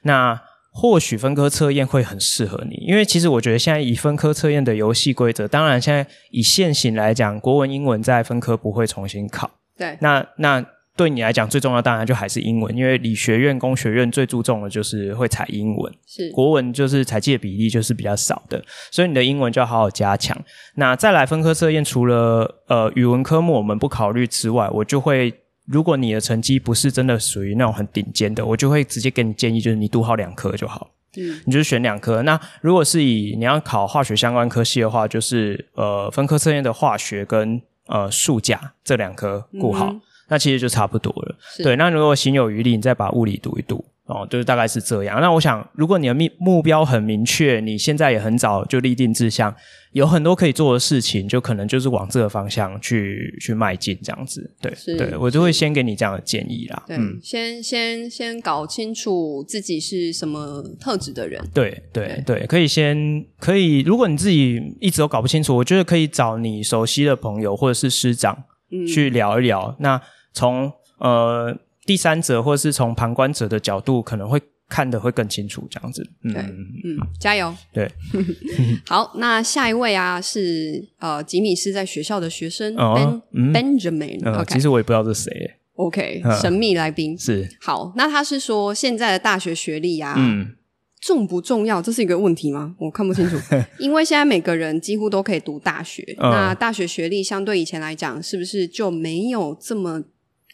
Speaker 1: 那或许分科测验会很适合你，因为其实我觉得现在以分科测验的游戏规则，当然现在以现行来讲，国文、英文在分科不会重新考。
Speaker 2: 对
Speaker 1: 那那对你来讲最重要，当然就还是英文，因为理学院、工学院最注重的就是会采英文。
Speaker 2: 是
Speaker 1: 国文就是采集的比例就是比较少的，所以你的英文就要好好加强。那再来分科测验，除了呃语文科目我们不考虑之外，我就会。如果你的成绩不是真的属于那种很顶尖的，我就会直接给你建议，就是你读好两科就好，
Speaker 2: 嗯
Speaker 1: 你就选两科。那如果是以你要考化学相关科系的话，就是呃分科测验的化学跟呃数甲这两科顾好，
Speaker 2: 嗯
Speaker 1: 那其实就差不多了。
Speaker 2: 是
Speaker 1: 对，那如果行有余力，你再把物理读一读，哦，就是大概是这样。那我想，如果你的目目标很明确，你现在也很早就立定志向，有很多可以做的事情，就可能就是往这个方向去去迈进，这样子。对，
Speaker 2: 是
Speaker 1: 对我就会先给你这样的建议啦。
Speaker 2: 对，
Speaker 1: 嗯，
Speaker 2: 先先先搞清楚自己是什么特质的人，
Speaker 1: 对对对，可以先可以，如果你自己一直都搞不清楚，我觉得可以找你熟悉的朋友或者是师长，
Speaker 2: 嗯，
Speaker 1: 去聊一聊。那从呃第三者或是从旁观者的角度，可能会看得会更清楚，这样子。
Speaker 2: 对
Speaker 1: 嗯，
Speaker 2: 嗯，加油。
Speaker 1: 对，
Speaker 2: 好，那下一位啊是呃吉米是在学校的学生、
Speaker 1: 哦
Speaker 2: Ben
Speaker 1: 嗯
Speaker 2: Benjamin，OK、
Speaker 1: 呃，其实我也不知道这是谁，
Speaker 2: OK，
Speaker 1: 嗯
Speaker 2: 神秘来宾。
Speaker 1: 是
Speaker 2: 好，那他是说现在的大学学历啊、
Speaker 1: 嗯
Speaker 2: 重不重要？这是一个问题吗？我看不 清楚，因为现在每个人几乎都可以读大学，
Speaker 1: 嗯
Speaker 2: 那大学学历相对以前来讲，是不是就没有这么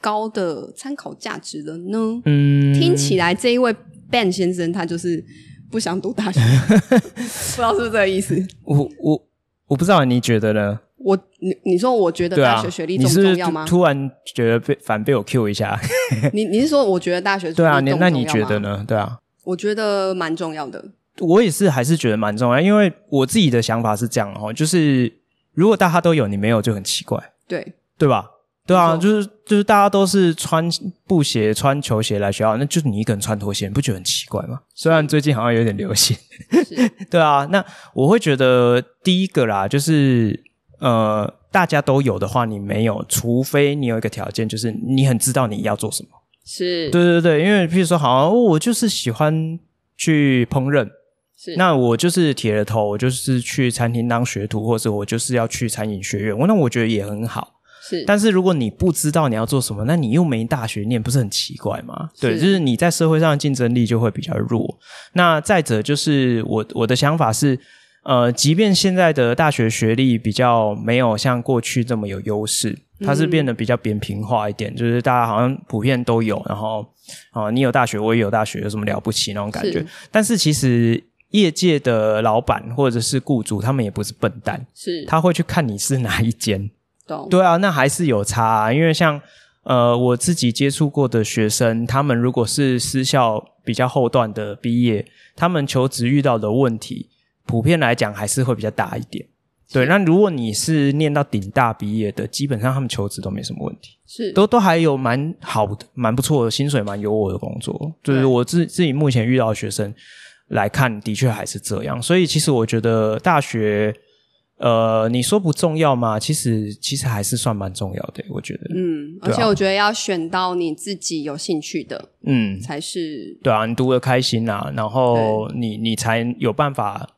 Speaker 2: 高的参考价值了呢？
Speaker 1: 嗯，
Speaker 2: 听起来这一位 Ben 先生他就是不想 读大学，不知道是不是这个意思？
Speaker 1: 我我我不知道你觉得呢？
Speaker 2: 我你你说我觉得
Speaker 1: 对
Speaker 2: 大
Speaker 1: 啊
Speaker 2: 学学，历
Speaker 1: 你
Speaker 2: 重不
Speaker 1: 是
Speaker 2: 重要吗？
Speaker 1: 突然觉得被反被我 Q 一下，
Speaker 2: 你你是说我觉得大学学历
Speaker 1: 对啊，
Speaker 2: 重不
Speaker 1: 你
Speaker 2: 重要
Speaker 1: 那你觉得
Speaker 2: 吗？
Speaker 1: 呢？对啊。
Speaker 2: 我觉得蛮重要的，
Speaker 1: 我也是，还是觉得蛮重要，因为我自己 的想法是这样哦，就是如果大家都有，你没有就很奇怪，
Speaker 2: 对
Speaker 1: 对吧？对啊，
Speaker 2: 没错
Speaker 1: 就是就是大家都是穿布鞋、穿球鞋来学校，那就是你一个人穿拖鞋，你不觉得很奇怪吗？虽然最近好像有点流行，
Speaker 2: 是
Speaker 1: 对啊，那我会觉得第一个啦，就是呃，大家都有的话，你没有，除非你有一个条件，就是你很知道你要做什么。
Speaker 2: 是，
Speaker 1: 对对对，因为譬如说，好像我就是喜欢去烹饪，
Speaker 2: 是
Speaker 1: 那我就是铁了头，我就是去餐厅当学徒，或者我就是要去餐饮学院，我那我觉得也很好。
Speaker 2: 是
Speaker 1: 但是如果你不知道你要做什么，那你又没大学念，不是很奇怪吗？对，
Speaker 2: 是
Speaker 1: 就是你在社会上的竞争力就会比较弱。那再者就是我我的想法是，呃，即便现在的大学学历比较没有像过去这么有优势，它是
Speaker 2: 嗯
Speaker 1: 变得比较扁平化一点，就是大家好像普遍都有，然后啊、你有大学，我也有大学，有什么了不起那种感觉
Speaker 2: 是？
Speaker 1: 但是其实。业界的老板或者是雇主，他们也不是笨蛋，
Speaker 2: 是
Speaker 1: 他会去看你是哪一间，
Speaker 2: 懂
Speaker 1: 对啊，那还是有差、啊，因为像呃我自己接触过的学生，他们如果是私校比较后段的毕业，他们求职遇到的问题，普遍来讲还是会比较大一点。对，那如果你是念到顶大毕业的，基本上他们求职都没什么问题，
Speaker 2: 是
Speaker 1: 都都还有蛮好的、蛮不错的薪水、蛮优渥的工作。就是
Speaker 2: 对
Speaker 1: 我自自己目前遇到的学生来看，的确还是这样。所以其实我觉得大学，呃，你说不重要吗？其实其实还是算蛮重要的，我觉得。
Speaker 2: 嗯，
Speaker 1: 对
Speaker 2: 而
Speaker 1: 啊
Speaker 2: 且我觉得要选到你自己有兴趣的
Speaker 1: 嗯，
Speaker 2: 才是
Speaker 1: 对啊，你读的开心啊，然后你你才有办法。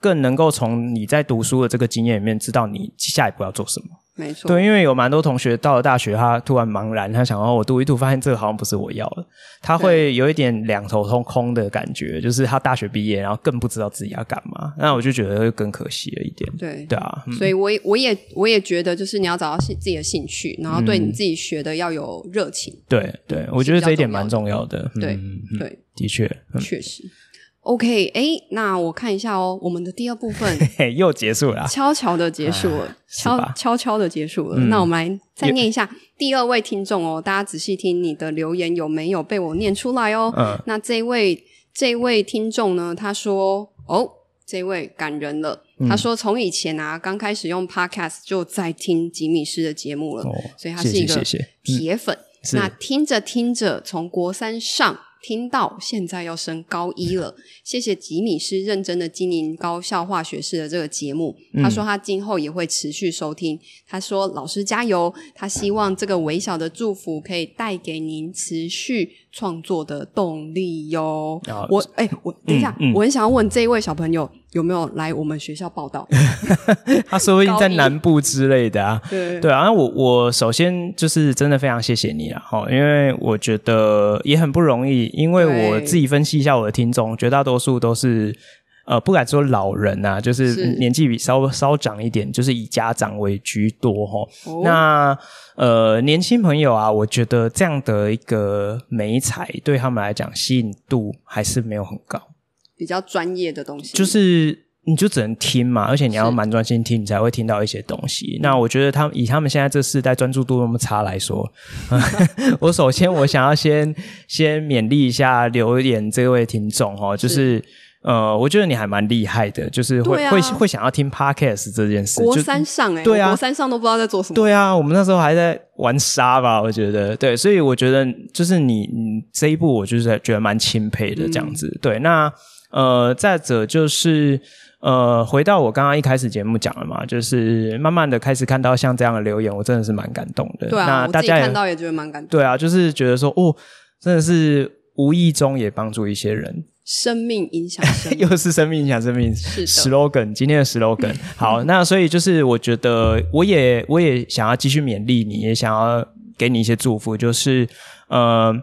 Speaker 1: 更能够从你在读书的这个经验里面，知道你下一步要做什么。
Speaker 2: 没错，
Speaker 1: 对，因为有蛮多同学到了大学，他突然茫然，他想要我读一读，发现这个好像不是我要的，他会有一点两头空空的感觉，就是他大学毕业，然后更不知道自己要干嘛，那我就觉得更可惜了一点。
Speaker 2: 对
Speaker 1: 对啊，嗯
Speaker 2: 所以我也我也我也觉得，就是你要找到兴自己的兴趣，然后对你
Speaker 1: 嗯
Speaker 2: 自己学的要有热情。
Speaker 1: 对对，我觉得这一点蛮重要的。
Speaker 2: 对
Speaker 1: 嗯嗯
Speaker 2: 对，
Speaker 1: 的确，嗯
Speaker 2: 确实。OK，哎，那我看一下哦，我们的第二 部分
Speaker 1: 嘿，又结束了啊。
Speaker 2: 悄悄的结束了，
Speaker 1: 啊是
Speaker 2: 悄
Speaker 1: 吧
Speaker 2: 悄悄的结束了。
Speaker 1: 嗯
Speaker 2: 那我们来再
Speaker 1: 也
Speaker 2: 念一下第二位听众哦，大家仔细听，你的留言有没有被我念出来哦？
Speaker 1: 嗯
Speaker 2: 那这一位这一位听众呢，他说哦，这位感人了。他说：“从以前啊，刚开始用 Podcast 就在听吉米师的节目了，
Speaker 1: 哦，
Speaker 2: 所以他
Speaker 1: 谢
Speaker 2: 是
Speaker 1: 谢
Speaker 2: 一个
Speaker 1: 谢谢。
Speaker 2: 铁粉。
Speaker 1: 嗯是
Speaker 2: 那听着听着，从国三上听到现在要升高 一了。谢谢吉米师认真的经营高校化学室的这个节目。
Speaker 1: 嗯
Speaker 2: 他说他今后也会持续收听。他说老师加油，他希望这个微小的祝福可以带给您持续创作的动力哟。
Speaker 1: 啊
Speaker 2: 我哎、我等一下，
Speaker 1: 嗯嗯
Speaker 2: 我很想要问这一位小朋友有没有来我们学校 报道？
Speaker 1: 他说不定在
Speaker 2: 高一
Speaker 1: 南部之类的啊。
Speaker 2: 对
Speaker 1: 对啊，那我我首先就是真的非常谢谢你啦，哈，因为我觉得也很不容易，因为
Speaker 2: 对
Speaker 1: 我自己分析一下我的听众，绝大多数都是。呃，不敢说老人呐、啊，就是
Speaker 2: 是
Speaker 1: 年纪比稍稍长一点，就是以家长为居多哈。
Speaker 2: 哦
Speaker 1: 那呃，年轻朋友啊，我觉得这样的一个美彩对他们来讲吸引度还是没有很高。
Speaker 2: 比较专业的东西，
Speaker 1: 就是你就只能听嘛，而且你要
Speaker 2: 是嗯
Speaker 1: 蛮专心听，你才会听到一些东西。那我觉得他们以他们现在这世代专注度那么差来说， 我首先我想要先先勉励一下留言这位听众哦，就是。呃，我觉得你还蛮厉害的，就是会、
Speaker 2: 对啊
Speaker 1: 会会想要听 podcast 这件事。
Speaker 2: 国
Speaker 1: 就
Speaker 2: 三上哎、
Speaker 1: 对啊
Speaker 2: 我国三上都不知道在做什么。
Speaker 1: 对啊，我们那时候还在玩沙吧，我觉得对，所以我觉得就是你你这一步，我就是觉得蛮钦佩的这样子。
Speaker 2: 嗯
Speaker 1: 对，那呃，再者就是呃，回到我刚刚一开始节目讲了嘛，就是慢慢的开始看到像这样的留言，我真的是蛮感动的。
Speaker 2: 对啊，
Speaker 1: 那
Speaker 2: 我
Speaker 1: 大
Speaker 2: 自己
Speaker 1: 家也
Speaker 2: 看到也觉得蛮感动。
Speaker 1: 对啊，就是觉得说哦，真的是无意中也帮助一些人，
Speaker 2: 生命影响生命，
Speaker 1: 又是生命影响生命
Speaker 2: 是的
Speaker 1: slogan，今天的 slogan。好，那所以就是我觉得我也我也想要继续勉励你，也想要给你一些祝福，就是呃。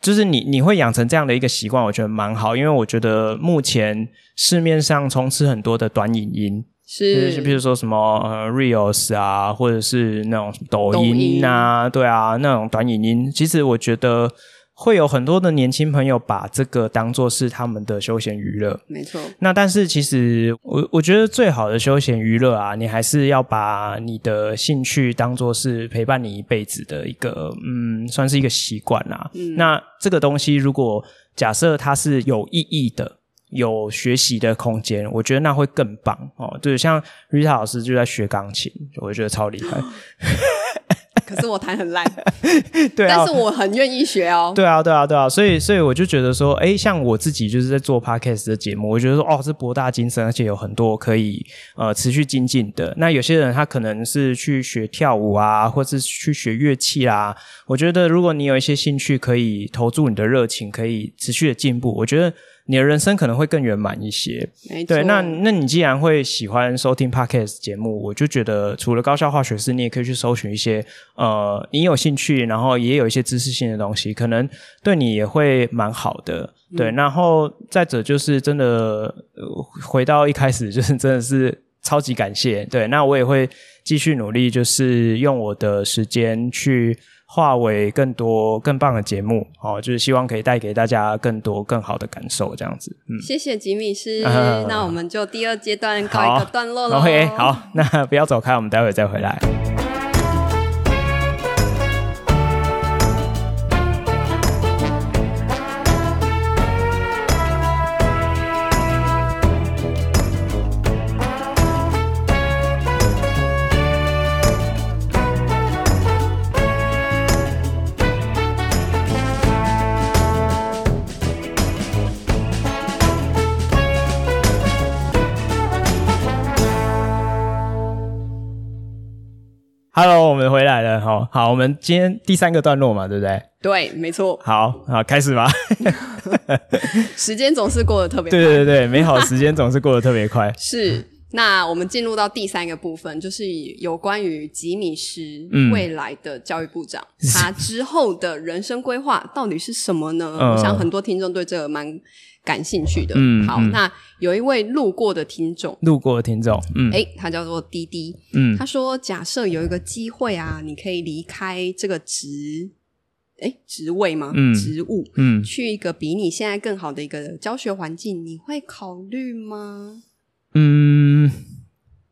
Speaker 1: 就是你你会养成这样的一个习惯，我觉得蛮好，因为我觉得目前市面上充斥很多的短影音，就是
Speaker 2: 是
Speaker 1: 比如说什么呃 reels 啊，或者是那种抖音啊，对啊，那种短影音，其实我觉得会有很多的年轻朋友把这个当做是他们的休闲娱乐。
Speaker 2: 没错，
Speaker 1: 那但是其实我我觉得最好的休闲娱乐啊，你还是要把你的兴趣当做是陪伴你一辈子的一个嗯，算是一个习惯啦。
Speaker 2: 嗯
Speaker 1: 那这个东西如果假设它是有意义的。有学习的空间，我觉得那会更 棒哦。就是像 Rita 老师就在学钢琴，我觉得超厉害。
Speaker 2: 可是我弹很烂，
Speaker 1: 对啊
Speaker 2: 但是，我很愿意学哦。
Speaker 1: 对啊，对啊，对啊，所以，所以我就觉得说，哎，像我自己就是在做 podcast 的节目，我觉得说，哦，这博大精深，而且有很多可以呃持续精进的。那有些人他可能是去学跳舞啊，或是去学乐器啊。我觉得如果你有一些兴趣，可以投注你的热情，可以持续的进步，我觉得你的人生可能会更圆满一些。
Speaker 2: 没错。
Speaker 1: 对，那那你既然会喜欢收听 podcast 节目，我就觉得除了高效化学式，你也可以去搜寻一些呃你有兴趣，然后也有一些知识性的东西，可能对你也会蛮好的。
Speaker 2: 嗯
Speaker 1: 对，然后再者就是真的、呃回到一开始，就是真的是超级感谢。对，那我也会继续努力，就是用我的时间去。化为更多更棒的节目哦，就是希望可以带给大家更多更好的感受，这样子。嗯，
Speaker 2: 谢谢吉米师，
Speaker 1: 啊
Speaker 2: 那我们就第二阶段告一个段落喽。
Speaker 1: OK，好，那不要走开，我们待会再回来。Hello，我们回来了。好，好，我们今天第三个段落嘛，对不对？
Speaker 2: 对，没错，
Speaker 1: 好，好，开始吧。
Speaker 2: 时间总是过得特别快。
Speaker 1: 对对对，美好时间总是过得特别快。
Speaker 2: 是。那我们进入到第三个部分，就是有关于吉米师
Speaker 1: 嗯
Speaker 2: 未来的教育部长，他之后的人生规划到底是什么呢？
Speaker 1: 嗯
Speaker 2: 我想很多听众对这个蛮感兴趣的。
Speaker 1: 嗯
Speaker 2: 好，
Speaker 1: 嗯
Speaker 2: 那有一位路过的听众，
Speaker 1: 路过的听众，嗯
Speaker 2: 诶，他叫做滴滴，
Speaker 1: 嗯
Speaker 2: 他说：“假设有一个机会啊，你可以离开这个职，哎，职位吗？
Speaker 1: 嗯
Speaker 2: 职务，
Speaker 1: 嗯，
Speaker 2: 去一个比你现在更好的一个教学环境，你会考虑吗？
Speaker 1: 嗯，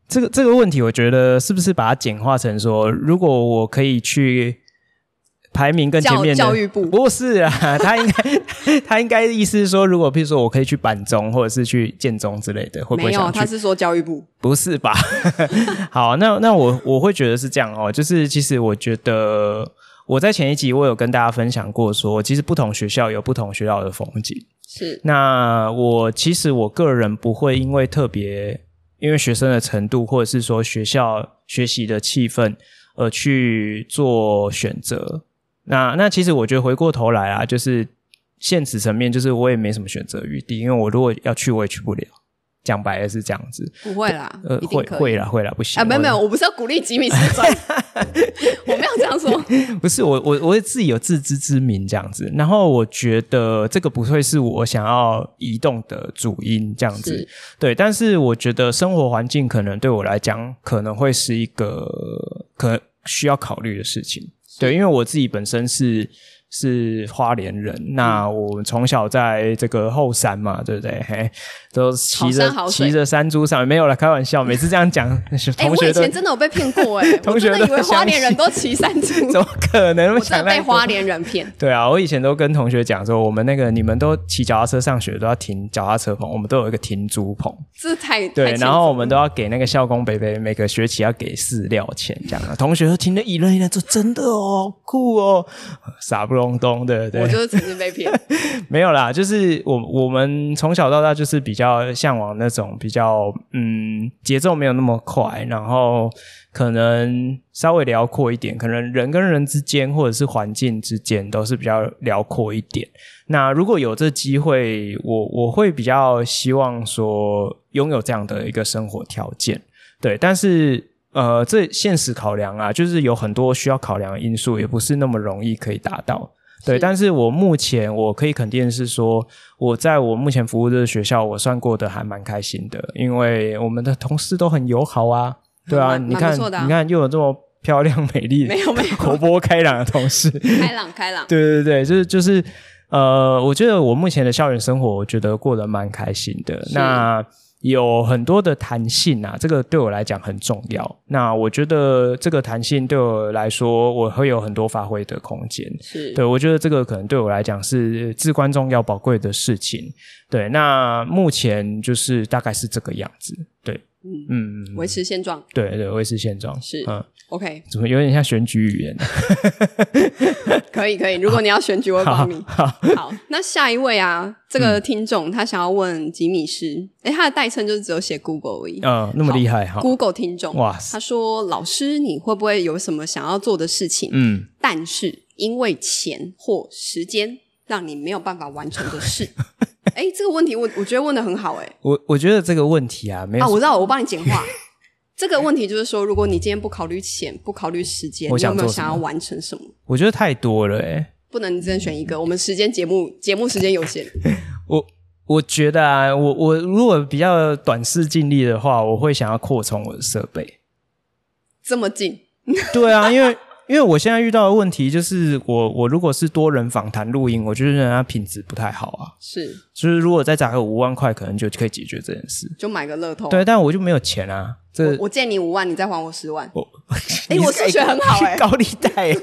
Speaker 1: 这个这个问题，我觉得是不是把它简化成说，如果我可以去排名跟前
Speaker 2: 教
Speaker 1: 面的
Speaker 2: 教育部
Speaker 1: 不是啊， 他应该 他应该意思是说，如果譬如说我可以去板中或者是去建中之类的，会不
Speaker 2: 没
Speaker 1: 会想
Speaker 2: 有，
Speaker 1: 去？
Speaker 2: 他是说教育部。
Speaker 1: 不是吧？ 好，那那我我会觉得是这样哦，就是其实我觉得我在前一集我有跟大家分享过说其实不同学校有不同学校的风景。
Speaker 2: 是
Speaker 1: 那我其实我个人不会因为特别因为学生的程度，或者是说学校学习的气氛而去做选择。那那其实我觉得回过头来啊，就是现实层面，就是我也没什么选择余地，因为我如果要去，我也去不了。讲白了是这样子，
Speaker 2: 不会啦，
Speaker 1: 呃，
Speaker 2: 一定
Speaker 1: 会
Speaker 2: 可以
Speaker 1: 会啦，会啦，不行
Speaker 2: 啊，没有没有，，我不是要鼓励吉米师 转，我没有这样说。
Speaker 1: 我不是我我我自己有自知之明这样子，然后我觉得这个不会是我想要移动的主因这样子
Speaker 2: 是，
Speaker 1: 对，但是我觉得生活环境可能对我来讲可能会是一个可需要考虑的事情，对，因为我自己本身是。是花莲人，
Speaker 2: 嗯
Speaker 1: 那我从小在这个后山嘛，对不对？嘿，都骑
Speaker 2: 好
Speaker 1: 着
Speaker 2: 山好水
Speaker 1: 骑着山猪上，没有了，开玩笑。每次这样讲，
Speaker 2: 哎、
Speaker 1: 同
Speaker 2: 我以
Speaker 1: 学都
Speaker 2: 前真的有被骗过哎、
Speaker 1: 同
Speaker 2: 我
Speaker 1: 学
Speaker 2: 真的以
Speaker 1: 都
Speaker 2: 为
Speaker 1: 相
Speaker 2: 花莲人
Speaker 1: 信
Speaker 2: 都骑山 猪，
Speaker 1: 怎么可能？
Speaker 2: 我真
Speaker 1: 想
Speaker 2: 的被
Speaker 1: 太多
Speaker 2: 花莲人骗。
Speaker 1: 对啊，我以前都跟同学讲说，我们那个你们都骑脚踏车上学都要停脚踏车棚，我们都有一个停租棚，
Speaker 2: 这太
Speaker 1: 对
Speaker 2: 太，欠
Speaker 1: 然后
Speaker 2: 揍
Speaker 1: 我们都要给那个校工北北每个学期要给饲料钱，这样啊。同学都听得议论一论，说真的哦，酷哦，傻不隆咚的，对
Speaker 2: 我就是曾经 被骗，
Speaker 1: 没有啦，就是我我们从小到大就是比较向往那种比较嗯节奏没有那么快，然后可能稍微辽阔一点，可能人跟人之间或者是环境之间都是比较辽阔一点。那如果有这机会，我我会比较希望说拥有这样的一个生活条件，对，但是。呃，这现实考量啊，就是有很多需要考量的因素，也不是那么容易可以达到。对，
Speaker 2: 是
Speaker 1: 但是我目前我可以肯定的是说，我在我目前服务这个学校，我算过得还蛮开心的，因为我们的同事都很友好啊，对啊，
Speaker 2: 蛮蛮
Speaker 1: 你看
Speaker 2: 不错的啊
Speaker 1: 你看又有这么漂亮美丽、
Speaker 2: 没有没有
Speaker 1: 活泼开朗的同事，
Speaker 2: 开朗开朗。
Speaker 1: 对对对，就是就是呃，我觉得我目前的校园生活，我觉得过得蛮开心的。
Speaker 2: 是
Speaker 1: 那有很多的弹性啊，这个对我来讲很重要。那我觉得这个弹性对我来说，我会有很多发挥的空间。
Speaker 2: 是
Speaker 1: 对，我觉得这个可能对我来讲是至关重要、宝贵的事情。对，那目前就是大概是这个样子。对，
Speaker 2: 嗯，
Speaker 1: 嗯，嗯嗯
Speaker 2: 维持现状
Speaker 1: 对对维持现状
Speaker 2: 是
Speaker 1: 嗯，
Speaker 2: ，OK，
Speaker 1: 怎么有点像选举语言？
Speaker 2: 可以可以。如果你要选举，我会
Speaker 1: 好嗯
Speaker 2: 帮你。
Speaker 1: 好，
Speaker 2: 好，那下一位啊，这个听众他想要问吉米师，诶，他的代称就是只有写 Google 而已。
Speaker 1: 嗯，那么厉害哈，
Speaker 2: Google 听众，
Speaker 1: 哇
Speaker 2: 他说：“老师，你会不会有什么想要做的事情？
Speaker 1: 嗯，
Speaker 2: 但是因为钱或时间，让你没有办法完成的 事。”哎，这个问题我我觉得问的很好、诶
Speaker 1: 我我觉得这个问题啊，没
Speaker 2: 哎，啊，
Speaker 1: 有，
Speaker 2: 我知道，我帮你简 化。这个问题就是说，如果你今天不考虑钱，不考虑时间，
Speaker 1: 我
Speaker 2: 你有
Speaker 1: 想
Speaker 2: 没有
Speaker 1: 做什
Speaker 2: 想要
Speaker 1: 么
Speaker 2: 完成什么？
Speaker 1: 我觉得太多了哎，
Speaker 2: 不能你只能选一个。我们时间节目节目时间有限，
Speaker 1: 我我觉得啊，我我如果比较短视近利的话，我会想要扩充我的设 备。
Speaker 2: 这么近，
Speaker 1: 对啊，因为因为我现在遇到的问题就是我，我如果是多人访谈录音，我觉得人家品质不太好啊。
Speaker 2: 是
Speaker 1: 就是如果再砸个五万块，可能就可以解决这件事。
Speaker 2: 就买个乐透。
Speaker 1: 对，但我就没有钱啊。这
Speaker 2: 哦我我借你五万，你再还我十万。
Speaker 1: 我，
Speaker 2: 哎
Speaker 1: 你
Speaker 2: 我
Speaker 1: 是
Speaker 2: 数学很 好哎
Speaker 1: 高利贷欸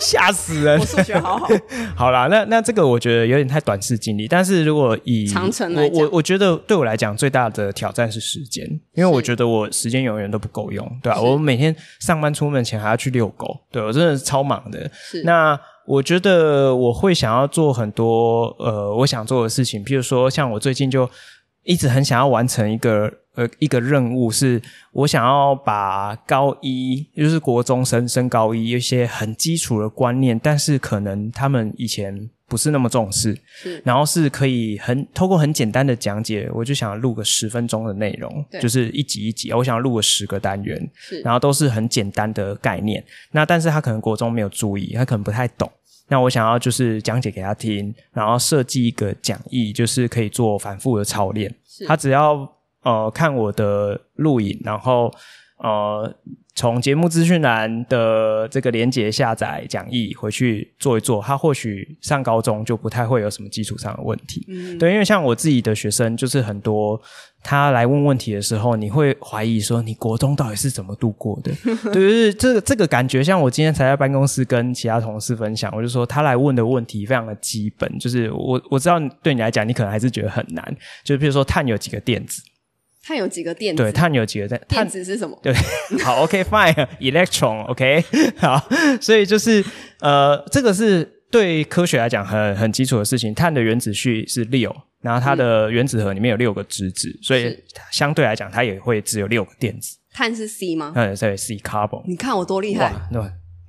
Speaker 1: 吓死人
Speaker 2: 我。数 学好好，
Speaker 1: 好啦，那那这个我觉得有点太短视近利，但是如果以
Speaker 2: 长程
Speaker 1: 我
Speaker 2: 来讲
Speaker 1: 我我觉得对我来讲最大的挑战是时间，因为我觉得我时间永远都不够用，对吧、啊
Speaker 2: 是
Speaker 1: 我每天上班出门前还要去遛狗，对我真的是超忙的。
Speaker 2: 是
Speaker 1: 那我觉得我会想要做很多呃我想做的事情，譬如说像我最近就一直很想要完成一个呃一个任务，是我想要把高一就是国中生升高一一些很基础的观念，但是可能他们以前不是那么重视，
Speaker 2: 是
Speaker 1: 然后是可以很透过很简单的讲解，我就想录个十分钟的内容
Speaker 2: 对，
Speaker 1: 就是一集一集，我想录个十个单元，
Speaker 2: 是
Speaker 1: 然后都是很简单的概念。那但是他可能国中没有注意，他可能不太懂。那我想要就是讲解给他听，然后设计一个讲义，就是可以做反复的操练。
Speaker 2: 是
Speaker 1: 他只要呃看我的录影，然后呃从节目资讯栏的这个连接下载讲义回去做一做，他或许上高中就不太会有什么基础上的问题。
Speaker 2: 嗯
Speaker 1: 对，因为像我自己的学生，就是很多他来问问题的时候，你会怀疑说你国中到底是怎么度过的？对，就是这个这个感觉。像我今天才在办公室跟其他同事分享，我就说他来问的问题非常的基本，就是我我知道对你来讲，你可能还是觉得很难。就比如说碳有几个电子，
Speaker 2: 它有几个电子？
Speaker 1: 对，碳有几个电碳
Speaker 2: 电子是什么？
Speaker 1: 对， 好，OK，fine，electron，OK，、好， 所以就是呃，这个是对科学来讲很很基础的事情。碳的原子序是六，然后它的原子核里面有六个质子，所以
Speaker 2: 嗯是
Speaker 1: 相对来讲，它也会只有六个电子。
Speaker 2: 碳是 C 吗？
Speaker 1: 那所以 C carbon，
Speaker 2: 你看我多厉害！
Speaker 1: 哇，那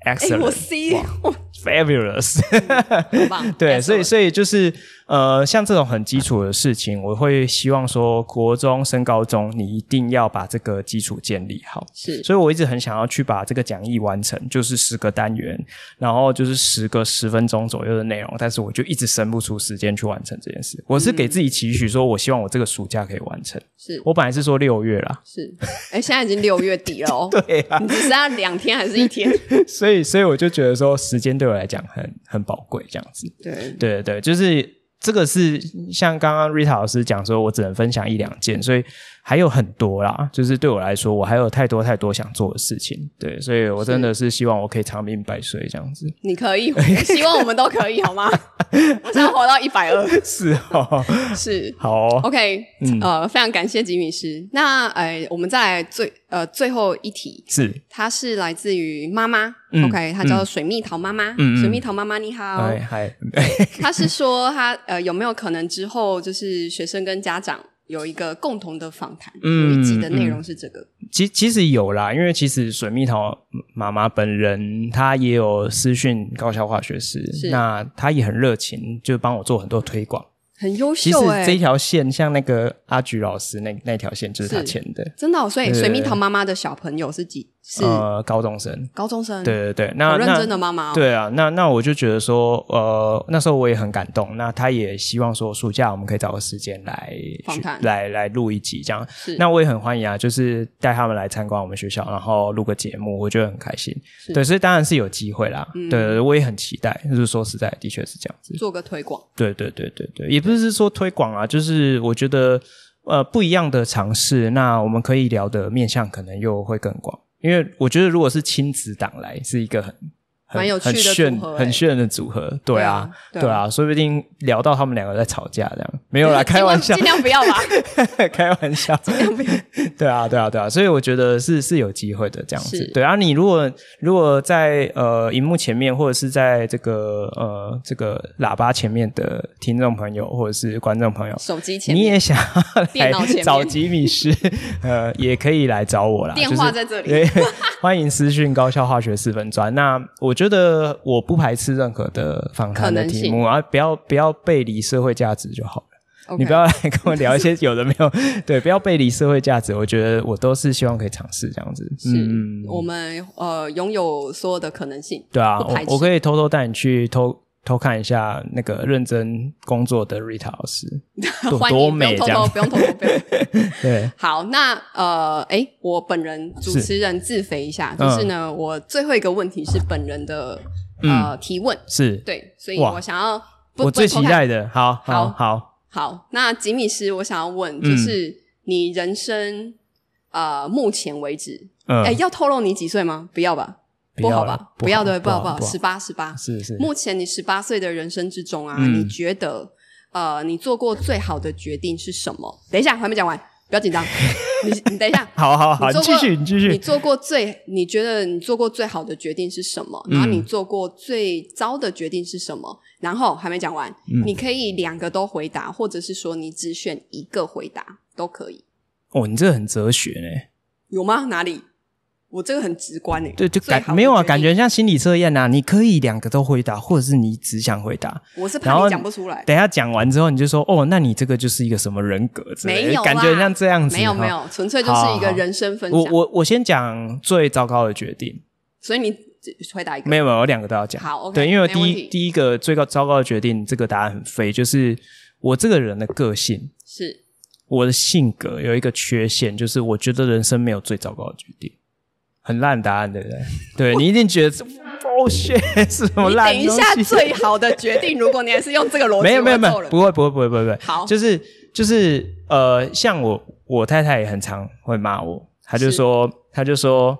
Speaker 2: 哎、我
Speaker 1: excellent，fabulous。
Speaker 2: C，我
Speaker 1: fabulous
Speaker 2: 很棒。
Speaker 1: 对，
Speaker 2: Excellent
Speaker 1: 所以所以就是呃，像这种很基础的事情，我会希望说，国中升高中，你一定要把这个基础建立好。
Speaker 2: 是
Speaker 1: 所以我一直很想要去把这个讲义完成，就是十个单元，然后就是十个十分钟左右的内容，但是我就一直生不出时间去完成这件事。我是给自己期许说，我希望我这个暑假可以完成。
Speaker 2: 是
Speaker 1: 我本来是说六月啦，
Speaker 2: 是，哎、现在已经六月底了 哦。 对啊，你只剩下两天还是一天？
Speaker 1: 所以所以我就觉得说，时间对我来讲很很宝贵，这样子。
Speaker 2: 对，
Speaker 1: 对对对，就是这个是像刚刚 Rita 老师讲说，我只能分享一两件，所以还有很多啦。就是对我来说，我还有太多太多想做的事情。对，所以我真的是希望我可以长命百岁这样子。
Speaker 2: 你可以，我希望我们都可以，好吗？我想要活到一百二，
Speaker 1: 是哦，
Speaker 2: 是。
Speaker 1: 好哦，
Speaker 2: OK，、
Speaker 1: 嗯
Speaker 2: 呃，非常感谢吉米师。那呃，我们再来最呃最后一题，
Speaker 1: 是，
Speaker 2: 她是来自于妈妈、
Speaker 1: 嗯
Speaker 2: o k 她叫水蜜桃妈妈。
Speaker 1: 嗯嗯
Speaker 2: 水蜜桃妈妈你好，
Speaker 1: 哎嗨，
Speaker 2: 他是说他呃有没有可能之后就是学生跟家长有一个共同的访谈，
Speaker 1: 嗯
Speaker 2: 有一集的内容是这个，
Speaker 1: 其其实有啦，因为其实水蜜桃妈妈本人她也有私讯高校化学师
Speaker 2: 是，
Speaker 1: 那她也很热情，就帮我做很多推广。
Speaker 2: 很优
Speaker 1: 其实
Speaker 2: 秀哎、
Speaker 1: 这一条线，像那个阿菊老师那那条线就是她
Speaker 2: 是
Speaker 1: 签的，
Speaker 2: 真的哦、所以
Speaker 1: 对
Speaker 2: 水蜜桃妈妈的小朋友是几是
Speaker 1: 呃高中生，
Speaker 2: 高中生，
Speaker 1: 对对对，那
Speaker 2: 好认真的
Speaker 1: 那
Speaker 2: 妈妈、哦，，
Speaker 1: 对啊，那那我就觉得说，呃，那时候我也很感动。那他也希望说，暑假我们可以找个时间来
Speaker 2: 访
Speaker 1: 去
Speaker 2: 谈
Speaker 1: 来来录一集这样。
Speaker 2: 是
Speaker 1: 那我也很欢迎啊，就是带他们来参观我们学校，然后录个节目，我觉得很开心。对，所以当然是有机会啦。
Speaker 2: 嗯
Speaker 1: 对对，对我也很期待。就是说实在，的确是这样子。
Speaker 2: 做个推广，
Speaker 1: 对对对对对，也不是说推广啊，就是我觉得呃不一样的尝试，那我们可以聊的面向可能又会更广，因为我觉得如果是亲子党来，是一个很很
Speaker 2: 蛮有趣的
Speaker 1: 很炫、
Speaker 2: 组合欸
Speaker 1: 很炫的组合。对啊，
Speaker 2: 对啊对啊
Speaker 1: 对啊，说不定聊到他们两个在吵架这样，没有啦，
Speaker 2: 尽
Speaker 1: 开
Speaker 2: 量
Speaker 1: 玩笑
Speaker 2: 尽，量不要吧，
Speaker 1: 开玩笑，
Speaker 2: 尽量不要。
Speaker 1: 对啊，对啊，对啊，所以我觉得是是有机会的这样子
Speaker 2: 是。
Speaker 1: 对啊，你如果如果在呃荧幕前面，或者是在这个呃这个喇叭前面的听众朋友或者是观众朋友，
Speaker 2: 手机前
Speaker 1: 你
Speaker 2: 面
Speaker 1: 也想要来
Speaker 2: 电脑前面
Speaker 1: 找吉米师，呃，也可以来找我啦。
Speaker 2: 电话
Speaker 1: 就是
Speaker 2: 在这里
Speaker 1: 对，欢迎私讯高校化学四分专。那我觉得我不排斥任何的访谈的
Speaker 2: 可能
Speaker 1: 题
Speaker 2: 性
Speaker 1: 目啊，不要不要背离社会价值就好了。
Speaker 2: OK
Speaker 1: 你不要来跟我聊一些有的没有，对，不要背离社会价值。我觉得我都是希望可以尝试这样子。嗯
Speaker 2: 是我们呃拥有所有的可能性。
Speaker 1: 对啊，
Speaker 2: 不排斥
Speaker 1: 我我可以偷偷带你去偷偷看一下那个认真工作的 Rita 老师多
Speaker 2: 欢迎
Speaker 1: 多
Speaker 2: 不
Speaker 1: 美
Speaker 2: 用偷
Speaker 1: 这
Speaker 2: 偷，
Speaker 1: 样。
Speaker 2: 不用偷偷，不用偷偷。
Speaker 1: 对，
Speaker 2: 好，那呃，哎，我本人主持人自肥一下，就是呢，
Speaker 1: 嗯
Speaker 2: 我最后一个问题是本人的呃提问，
Speaker 1: 是
Speaker 2: 对，所以
Speaker 1: 哇
Speaker 2: 我想要不
Speaker 1: 嗯我最期。
Speaker 2: 不能偷
Speaker 1: 待
Speaker 2: 看
Speaker 1: 的。好，
Speaker 2: 好
Speaker 1: 好，
Speaker 2: 好，那吉米师，我想要问，
Speaker 1: 嗯
Speaker 2: 就是你人生呃目前为止，
Speaker 1: 嗯
Speaker 2: 哎，，要透露你几岁吗？不要吧，
Speaker 1: 不要
Speaker 2: 好
Speaker 1: 了
Speaker 2: 吧，
Speaker 1: 不
Speaker 2: 不要
Speaker 1: 好
Speaker 2: 对，
Speaker 1: 不
Speaker 2: 不
Speaker 1: 好
Speaker 2: 好不好，
Speaker 1: 不好
Speaker 2: 十八十八，
Speaker 1: 是是
Speaker 2: 目前你十八岁的人生之中啊，
Speaker 1: 嗯
Speaker 2: 你觉得呃，你做过最好的决定是什么？等一下，还没讲完，不要紧张，你你等一下。
Speaker 1: 好好好，
Speaker 2: 你
Speaker 1: 你
Speaker 2: 做
Speaker 1: 继
Speaker 2: 过
Speaker 1: 续，你继
Speaker 2: 你
Speaker 1: 续。
Speaker 2: 做过最你觉得你做过最好的决定是什么？
Speaker 1: 嗯
Speaker 2: 然后你做过最糟的决定是什么？然后还没讲完，
Speaker 1: 嗯
Speaker 2: 你可以两个都回答，或者是说你只选一个回答都可以，
Speaker 1: 哦，你这个很哲学呢。
Speaker 2: 有吗？哪里？我这个很直观诶、欸
Speaker 1: 对，就
Speaker 2: 最好
Speaker 1: 感
Speaker 2: 的
Speaker 1: 没有啊，
Speaker 2: 决定
Speaker 1: 感觉像心理测验啊。你可以两个都回答，或者是你只想回答。
Speaker 2: 我是
Speaker 1: 然
Speaker 2: 怕
Speaker 1: 后
Speaker 2: 你讲不出来。
Speaker 1: 等一下讲完之后，你就说哦，那你这个就是一个什么人格之类的？
Speaker 2: 没有啦
Speaker 1: 感觉像这样子。
Speaker 2: 没有
Speaker 1: 哈
Speaker 2: 没。有，纯粹就是一个人生分享。
Speaker 1: 我我我先讲最糟糕的决定，
Speaker 2: 所以你只回答一个
Speaker 1: 没有没有，我两个都要讲。
Speaker 2: 好，OK，
Speaker 1: 对，因为
Speaker 2: 没
Speaker 1: 第
Speaker 2: 问
Speaker 1: 一
Speaker 2: 题
Speaker 1: 第一个最高糟糕的决定，这个答案很废，就是我这个人的个性，
Speaker 2: 是
Speaker 1: 我的性格有一个缺陷，就是我觉得人生没有最糟糕的决定。很烂答案，对 不对？对你一定觉得这 bullshit 是什么
Speaker 2: 你
Speaker 1: 烂东
Speaker 2: 等一
Speaker 1: 西？
Speaker 2: 下最好的决定。如果你还是用这个逻辑，
Speaker 1: 没有没有
Speaker 2: 我
Speaker 1: 没
Speaker 2: 就揍
Speaker 1: 有，
Speaker 2: 了
Speaker 1: 不会不会不会不会不会。
Speaker 2: 好
Speaker 1: 就是就是呃，像我我太太也很常会骂我，她就是说她就说，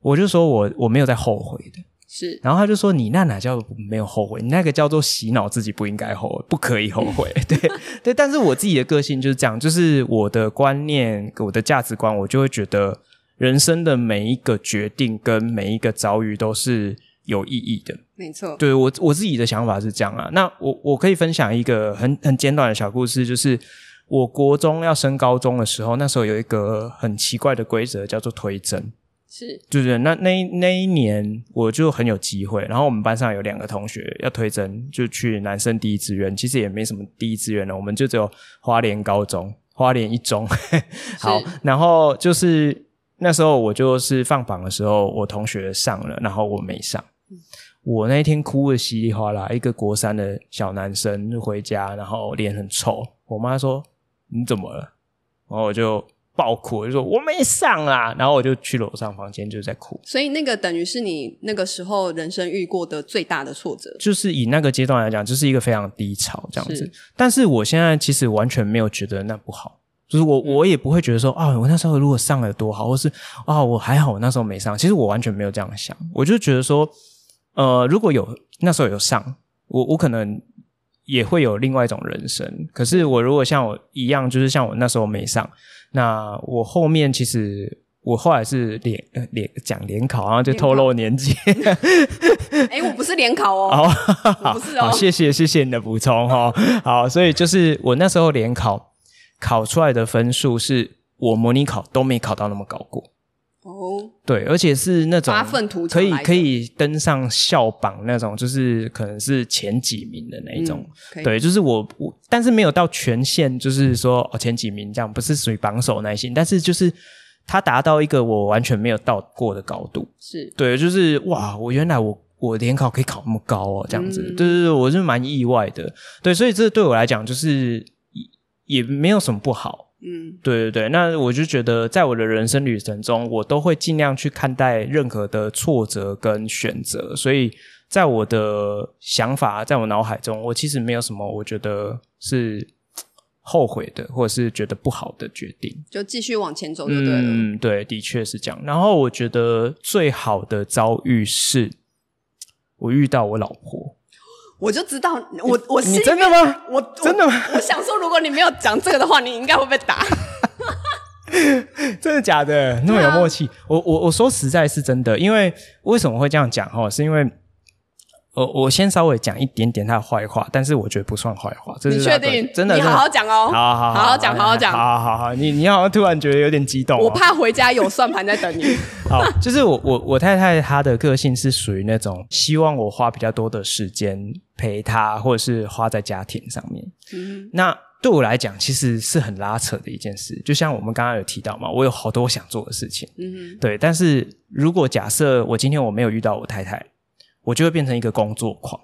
Speaker 1: 我就说我我没有在后悔的，
Speaker 2: 是
Speaker 1: 然后她就说你那哪叫没有后悔，你那个叫做洗脑自己不应该后悔，不可以后悔。 对对，但是我自己的个性就是这样，就是我的观念、我的价值观，我就会觉得人生的每一个决定跟每一个遭遇都是有意义的。
Speaker 2: 没错，
Speaker 1: 对我我自己的想法是这样啊。那我我可以分享一个很很简短的小故事，就是我国中要升高中的时候，那时候有一个很奇怪的规则叫做推甄，
Speaker 2: 是
Speaker 1: 就是那那一那一年我就很有机会，然后我们班上有两个同学要推甄，就去男生第一志愿，其实也没什么第一志愿了，我们就只有花莲高中、花莲一中。 好，然后就是那时候我就是放榜的时候，我同学上了，然后我没上。我那一天哭的稀里哗啦，一个国三的小男生就回家，然后脸很臭。我妈说：“你怎么了？”然后我就爆哭，我就说：“我没上啊！”然后我就去楼上房间就在哭。
Speaker 2: 所以那个等于是你那个时候人生遇过的最大的 挫折。
Speaker 1: 就是以那个阶段来讲，就是一个非常低潮这样子
Speaker 2: 是。
Speaker 1: 但是我现在其实完全没有觉得那不好，就是我
Speaker 2: 嗯
Speaker 1: 我也不会觉得说啊，我那时候如果上了多好，或是啊我还好，我那时候没上。其实我完全没有这样想，我就觉得说，呃，如果有那时候有上，我我可能也会有另外一种人生。可是我如果像我一样，就是像我那时候没上，那我后面其实。我后来是联呃联讲联考，然后就
Speaker 2: 联考
Speaker 1: 透露年纪，
Speaker 2: 哎，我不是联考哦，
Speaker 1: 好，
Speaker 2: 我不是哦
Speaker 1: 好，谢谢谢谢你的补充哈、哦。 好，所以就是我那时候联考考出来的分数是我模拟考都没考到那么高过，
Speaker 2: 哦，
Speaker 1: 对，而且是那种
Speaker 2: 发愤图强
Speaker 1: 可以
Speaker 2: 来的
Speaker 1: 可以登上校榜那种，就是可能是前几名的那一种。
Speaker 2: 嗯可以
Speaker 1: 对，就是我我，但是没有到全县，就是说哦前几名这样，不是属于榜首那一些，但是就是它达到一个我完全没有到过的高度。
Speaker 2: 是
Speaker 1: 对，就是哇，我原来我我联考可以考那么高哦，这样子，
Speaker 2: 嗯
Speaker 1: 对对对，我是蛮意外的。对，所以这对我来讲就是也也没有什么不好。
Speaker 2: 嗯
Speaker 1: 对对对，那我就觉得，在我的人生旅程中，我都会尽量去看待任何的挫折跟选择，所以在我的想法，在我脑海中，我其实没有什么我觉得是后悔的，或者是觉得不好的决定。
Speaker 2: 就继续往前走就对了。
Speaker 1: 嗯嗯，对，的确是这样。然后我觉得最好的遭遇是，我遇到我老婆。
Speaker 2: 我就知道，我我
Speaker 1: 你
Speaker 2: 心里
Speaker 1: 真的吗？
Speaker 2: 我
Speaker 1: 真 的吗？
Speaker 2: 我我想说，如果你没有讲这个的话，你应该会被打。
Speaker 1: 真的假的？那么有默契？啊我我我说实在是真的，因为为什么会这样讲哈？是因为我我先稍微讲一点点他的坏话，但是我觉得不算坏话。这是
Speaker 2: 你确
Speaker 1: 他的
Speaker 2: 定？
Speaker 1: 真的？
Speaker 2: 你
Speaker 1: 真的
Speaker 2: 好好讲哦，
Speaker 1: 好好
Speaker 2: 好讲，好好讲。
Speaker 1: 好好好。你你好像突然觉得有点激动哦、
Speaker 2: 我怕回家有算盘在 等你。
Speaker 1: 好，就是我我我太太她的个性是属于那种希望我花比较多的时间陪她，或者是花在家庭上面。
Speaker 2: 嗯
Speaker 1: 那对我来讲，其实是很拉扯的一件事。就像我们刚刚有提到嘛，我有好多想做的事情。
Speaker 2: 嗯
Speaker 1: 对，但是如果假设我今天我没有遇到我太太，我就会变成一个工作狂，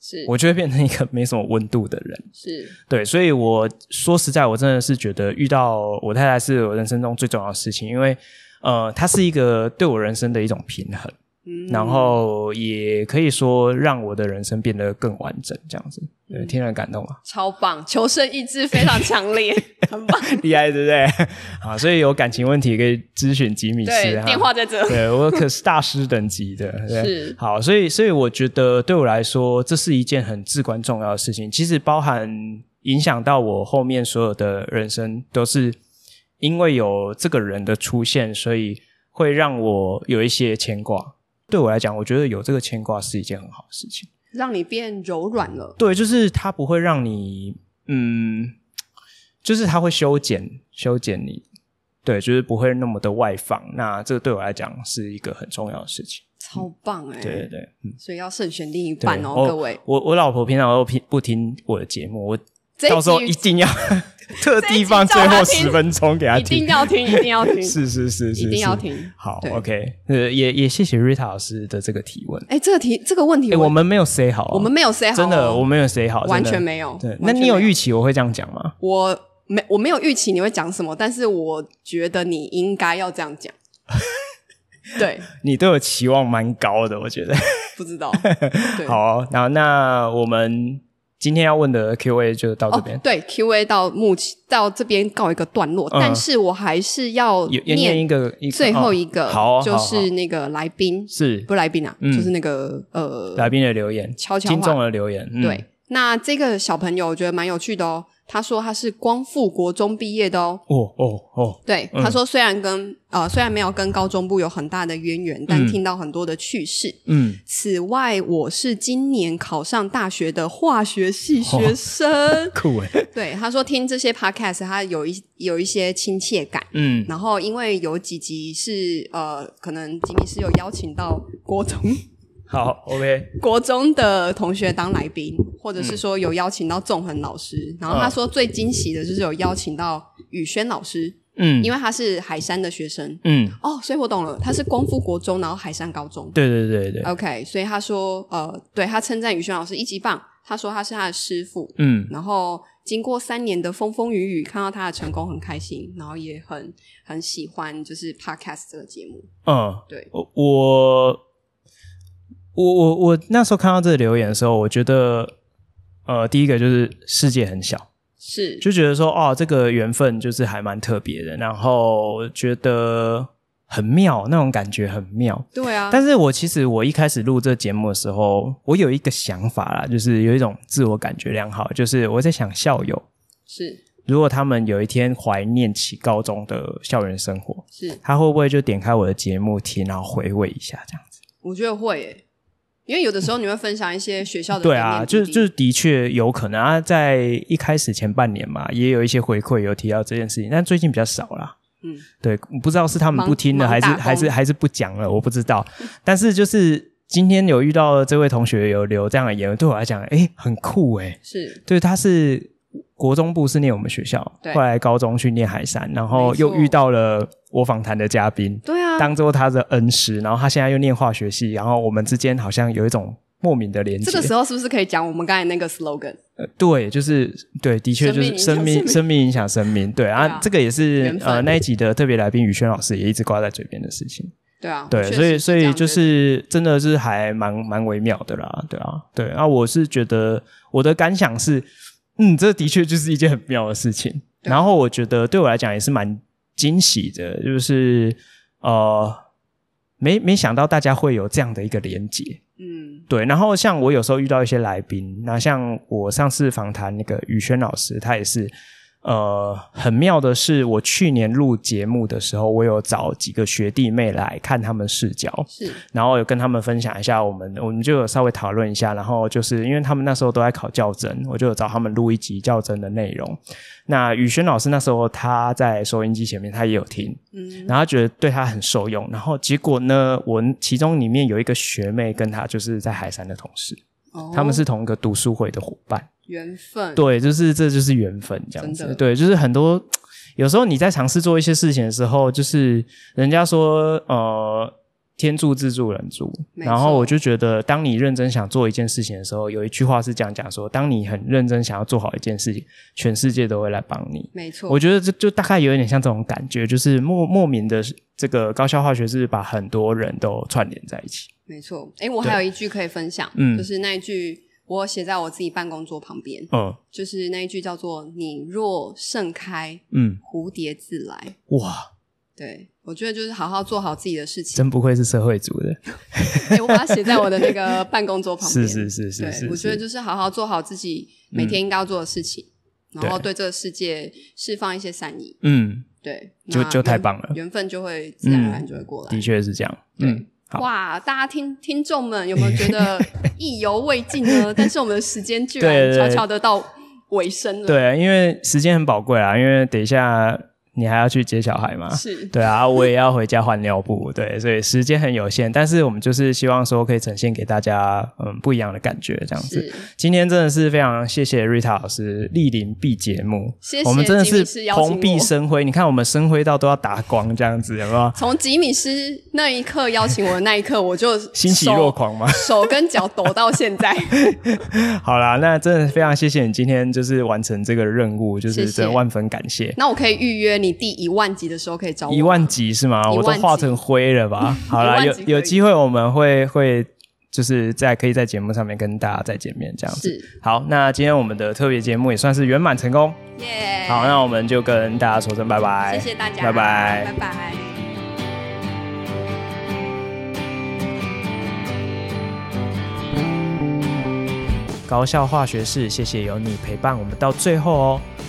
Speaker 2: 是
Speaker 1: 我就会变成一个没什么温度的人。
Speaker 2: 是
Speaker 1: 对，所以我说实在，我真的是觉得遇到我太太是我人生中最重要的事情，因为呃，她是一个对我人生的一种平衡，
Speaker 2: 嗯
Speaker 1: 然后也可以说让我的人生变得更完整，这样子，
Speaker 2: 嗯
Speaker 1: 对，听了很感动啊，
Speaker 2: 超棒，求生意志非常强烈，很棒。
Speaker 1: 厉害对不对？ 啊，所以有感情问题可以咨询吉米斯，
Speaker 2: 对，
Speaker 1: 哈
Speaker 2: 电话在这。
Speaker 1: 对我可是大师等级的，对
Speaker 2: 是
Speaker 1: 好，所以所以我觉得对我来说，这是一件很至关重要的事情。其实包含影响到我后面所有的人生，都是因为有这个人的出现，所以会让我有一些牵挂。对我来讲，我觉得有这个牵挂是一件很好的事情。
Speaker 2: 让你变柔软了。
Speaker 1: 对，就是它不会让你，嗯，就是它会修剪修剪你，对，就是不会那么的外放。那这对我来讲是一个很重要的事情。
Speaker 2: 超棒哎、
Speaker 1: 对对对，嗯，
Speaker 2: 所以要慎选另一
Speaker 1: 对
Speaker 2: 半哦，
Speaker 1: 我
Speaker 2: 各位。
Speaker 1: 我我老婆平常都不不听我的节目，我
Speaker 2: 这一
Speaker 1: 到时候
Speaker 2: 集
Speaker 1: 一定要 特
Speaker 2: 这一
Speaker 1: 地
Speaker 2: 集
Speaker 1: 放
Speaker 2: 叫
Speaker 1: 最
Speaker 2: 她
Speaker 1: 后
Speaker 2: 听
Speaker 1: 十分钟给她
Speaker 2: 一定要听，一定要听，
Speaker 1: 是是是是，
Speaker 2: 一定要
Speaker 1: 是。
Speaker 2: 听。
Speaker 1: 好
Speaker 2: 对
Speaker 1: ，OK，呃，也也谢谢 Rita 老师的这个提问。
Speaker 2: 哎、这个题这个问题
Speaker 1: 哎，我们没有 say 好啊，
Speaker 2: 我们没有 say 好哦、
Speaker 1: 真的我没有 say 好，真
Speaker 2: 完
Speaker 1: 的
Speaker 2: 全没有
Speaker 1: 对，
Speaker 2: 完
Speaker 1: 那
Speaker 2: 全
Speaker 1: 你有
Speaker 2: 没有
Speaker 1: 预期我会这样讲吗？
Speaker 2: 我没我没有预期你会讲什么，但是我觉得你应该要这样讲。对，
Speaker 1: 你对我期望蛮高的，我觉得。
Speaker 2: 不知道。对，
Speaker 1: 好、哦，然后那我们今天要问的 Q&A 就到这
Speaker 2: 哦
Speaker 1: 边，，
Speaker 2: 对，Q&A 到目前到这边告一个段落，
Speaker 1: 嗯
Speaker 2: 但是我还是要
Speaker 1: 也也念一个一个
Speaker 2: 最后
Speaker 1: 哦
Speaker 2: 一个，
Speaker 1: 好哦
Speaker 2: 就
Speaker 1: 好好
Speaker 2: 是那个来宾，
Speaker 1: 是
Speaker 2: 不是来宾啊，
Speaker 1: 嗯
Speaker 2: 就是那个呃，
Speaker 1: 来宾的留言，
Speaker 2: 悄悄话
Speaker 1: 听众的留言，嗯、
Speaker 2: 对，那这个小朋友我觉得蛮有趣的哦。他说他是光复国中毕业的哦。
Speaker 1: 哦哦哦，
Speaker 2: 对，
Speaker 1: 嗯
Speaker 2: 他说虽然跟、呃虽然没有跟高中部有很大的渊源，但听到很多的趣事。
Speaker 1: 嗯，
Speaker 2: 此外，我是今年考上大学的化学
Speaker 1: 哦
Speaker 2: 系学生。
Speaker 1: 酷欸诶，
Speaker 2: 对，他说听这些 podcast，他有一有一些亲切感。
Speaker 1: 嗯，
Speaker 2: 然后，因为有几集是呃，可能吉米是有邀请到国中
Speaker 1: 好，OK，
Speaker 2: 国中的同学当来宾，
Speaker 1: 嗯
Speaker 2: 或者是说有邀请到纵横老师，然后他说最惊喜的就是有邀请到宇轩老师，
Speaker 1: 嗯，
Speaker 2: 因
Speaker 1: 为
Speaker 2: 为他是海山的学生
Speaker 1: 嗯，
Speaker 2: 哦，所以我懂了，他是光复国中，然后海山高中。
Speaker 1: 对对对对，
Speaker 2: OK，所以他说呃，对他称赞宇轩老师一级棒，他说他是他的师傅，
Speaker 1: 嗯
Speaker 2: 然后经过三年的风风雨雨，看到他的成功很开心，然后也很很喜欢就是 Podcast 这个节目，
Speaker 1: 嗯，
Speaker 2: 对，
Speaker 1: 我我我我我那时候看到这个留言的时候，我觉得，呃，第一个就是世界很小。
Speaker 2: 是
Speaker 1: 就觉得说，哦，这个缘分就是还蛮特别的，然后觉得很妙，那种感觉很妙。
Speaker 2: 对啊，
Speaker 1: 但是我其实我一开始录这节目的时候，我有一个想法啦，就是有一种自我感觉良好，就是我在想校友，
Speaker 2: 是
Speaker 1: 如果他们有一天怀念起高中的校园生活，
Speaker 2: 是，
Speaker 1: 他会不会就点开我的节目听，然后回味一下这样子？
Speaker 2: 我觉得会耶，因为有的时候你会分享一些学校的
Speaker 1: 对啊，
Speaker 2: 点
Speaker 1: 就
Speaker 2: 点滴滴
Speaker 1: 就是的确有可能啊，在一开始前半年嘛，也有一些回馈有提到这件事情，但最近比较少啦。
Speaker 2: 嗯，
Speaker 1: 对，不知道是他们不听了，
Speaker 2: 忙
Speaker 1: 还是
Speaker 2: 忙打工
Speaker 1: 还是还是不讲了，我不知道。但是就是今天有遇到这位同学有留这样的言论，对我来讲，诶，很酷诶。
Speaker 2: 是
Speaker 1: 对，他是国中部是念我们学校，
Speaker 2: 对
Speaker 1: 后来高中去念海山，然后
Speaker 2: 没错
Speaker 1: 又遇到了我访谈的嘉宾，
Speaker 2: 对啊，
Speaker 1: 当做他的恩师，然后他现在又念化学系，然后我们之间好像有一种莫名的连接。
Speaker 2: 这个时候是不是可以讲我们刚才那个 slogan
Speaker 1: 呃对，就是对，的确就是生
Speaker 2: 生命影
Speaker 1: 命
Speaker 2: 响生命
Speaker 1: 生命影响生命，对啊，
Speaker 2: 对啊
Speaker 1: 这个也是
Speaker 2: 缘分
Speaker 1: 呃那一集的特别来宾宇轩老师也一直挂在嘴边的事情。
Speaker 2: 对啊，
Speaker 1: 对，
Speaker 2: 我确实
Speaker 1: 所以所
Speaker 2: 这
Speaker 1: 以
Speaker 2: 样
Speaker 1: 就
Speaker 2: 觉得
Speaker 1: 是真的是还蛮蛮微妙的啦，对啊，对啊，我是觉得我的感想是，嗯，这的确就是一件很妙的事情。
Speaker 2: 对啊
Speaker 1: 然后我觉得对我来讲也是蛮惊喜的，就是呃，没没想到大家会有这样的一个连接，
Speaker 2: 嗯
Speaker 1: 对，然后像我有时候遇到一些来宾，那像我上次访谈那个宇轩老师，他也是，呃，很妙的是，我去年录节目的时候，我有找几个学弟妹来看他们视角，
Speaker 2: 是
Speaker 1: 然后有跟他们分享一下，我们我们就有稍微讨论一下，然后就是因为他们那时候都在考教甄，我就有找他们录一集教甄的内容。那宇轩老师那时候他在收音机前面，他也有听，
Speaker 2: 嗯
Speaker 1: 然后他觉得对他很受用。然后结果呢，我其中里面有一个学妹跟他就是在海山的同事，
Speaker 2: 哦
Speaker 1: 他们是同一个读书会的伙伴。
Speaker 2: 缘分，
Speaker 1: 对，就是这就是缘分这样
Speaker 2: 真
Speaker 1: 子
Speaker 2: 的。
Speaker 1: 对，就是很多有时候你在尝试做一些事情的时候，就是人家说呃。天助自助人助，
Speaker 2: 没
Speaker 1: 然后我
Speaker 2: 错
Speaker 1: 就觉得，当你认真想做一件事情的时候，有一句话是这样讲说：，当你很认真想要做好一件事情，全世界都会来帮你。
Speaker 2: 没错，
Speaker 1: 我觉得这就大概有一点像这种感觉，就是莫莫名的这个高效化学是把很多人都串联在一起。
Speaker 2: 没错。哎，我还有一句可以分享，
Speaker 1: 嗯
Speaker 2: 就是那一句我写在我自己办公桌旁边，
Speaker 1: 嗯
Speaker 2: 就是那一句叫做“你若盛开，
Speaker 1: 嗯，
Speaker 2: 蝴蝶自来
Speaker 1: 哇，”。
Speaker 2: 对，我觉得就是好好做好自己的事情。
Speaker 1: 真不愧是社会组的，
Speaker 2: 哎，我把它写在我的那个办 公桌旁边。
Speaker 1: 是是是是是，
Speaker 2: 对，我觉得
Speaker 1: 是嗯
Speaker 2: 就是好好做好自己每天应该要做的事情，然后对这个世界释放一些善意。
Speaker 1: 嗯，
Speaker 2: 对，
Speaker 1: 就
Speaker 2: 那
Speaker 1: 就太
Speaker 2: 缘
Speaker 1: 棒了嗯
Speaker 2: 缘分就会自然而然就会过来。
Speaker 1: 的确是这样。
Speaker 2: 对
Speaker 1: 嗯，好
Speaker 2: 哇，大家听听众们有没有觉得意犹未尽呢？但是我们的时间居然
Speaker 1: 对对
Speaker 2: 悄
Speaker 1: 对
Speaker 2: 悄的到尾声了。
Speaker 1: 对，啊因为时间很宝贵啊，因为等一下你还要去接小孩嘛。
Speaker 2: 是，
Speaker 1: 对啊，我也要回家换尿布， 对，所以时间很有限，但是我们就是希望说可以呈现给大家，嗯，不一样的感觉这样子。
Speaker 2: 是，
Speaker 1: 今天真的是非常谢谢 Rita 老师莅临 B 节目，
Speaker 2: 谢谢
Speaker 1: 我们真的
Speaker 2: 吉米
Speaker 1: 是
Speaker 2: 斯邀请我
Speaker 1: 蓬荜生辉。你看我们生辉到都要打光这样子，有没有？
Speaker 2: 从吉米斯那一刻邀请我的那一刻，我就
Speaker 1: 欣喜
Speaker 2: 手
Speaker 1: 若。狂吗？
Speaker 2: 手跟脚抖到现在，
Speaker 1: 好啦，那真的非常谢谢你今天就是完成这个任务，就
Speaker 2: 谢
Speaker 1: 是
Speaker 2: 谢
Speaker 1: 真的万分感谢。
Speaker 2: 那我可以预约你第一万集的时候可以找我吗。
Speaker 1: 一万集是吗？
Speaker 2: 啊一万
Speaker 1: 我
Speaker 2: 集
Speaker 1: 都画成灰了 吧？好
Speaker 2: 一
Speaker 1: 啦，
Speaker 2: 万
Speaker 1: 有
Speaker 2: 集可以
Speaker 1: 有机会我们会会就是在可以在节目上面跟大家再见面这样子。
Speaker 2: 是
Speaker 1: 好，那今天我们的特别节目也算是圆满成功。
Speaker 2: 耶
Speaker 1: 好，那我们就跟大家说声拜拜，
Speaker 2: 哎谢谢大家，
Speaker 1: 拜拜
Speaker 2: 拜拜。
Speaker 1: 高校化学室，谢谢有你陪伴我们到最后哦。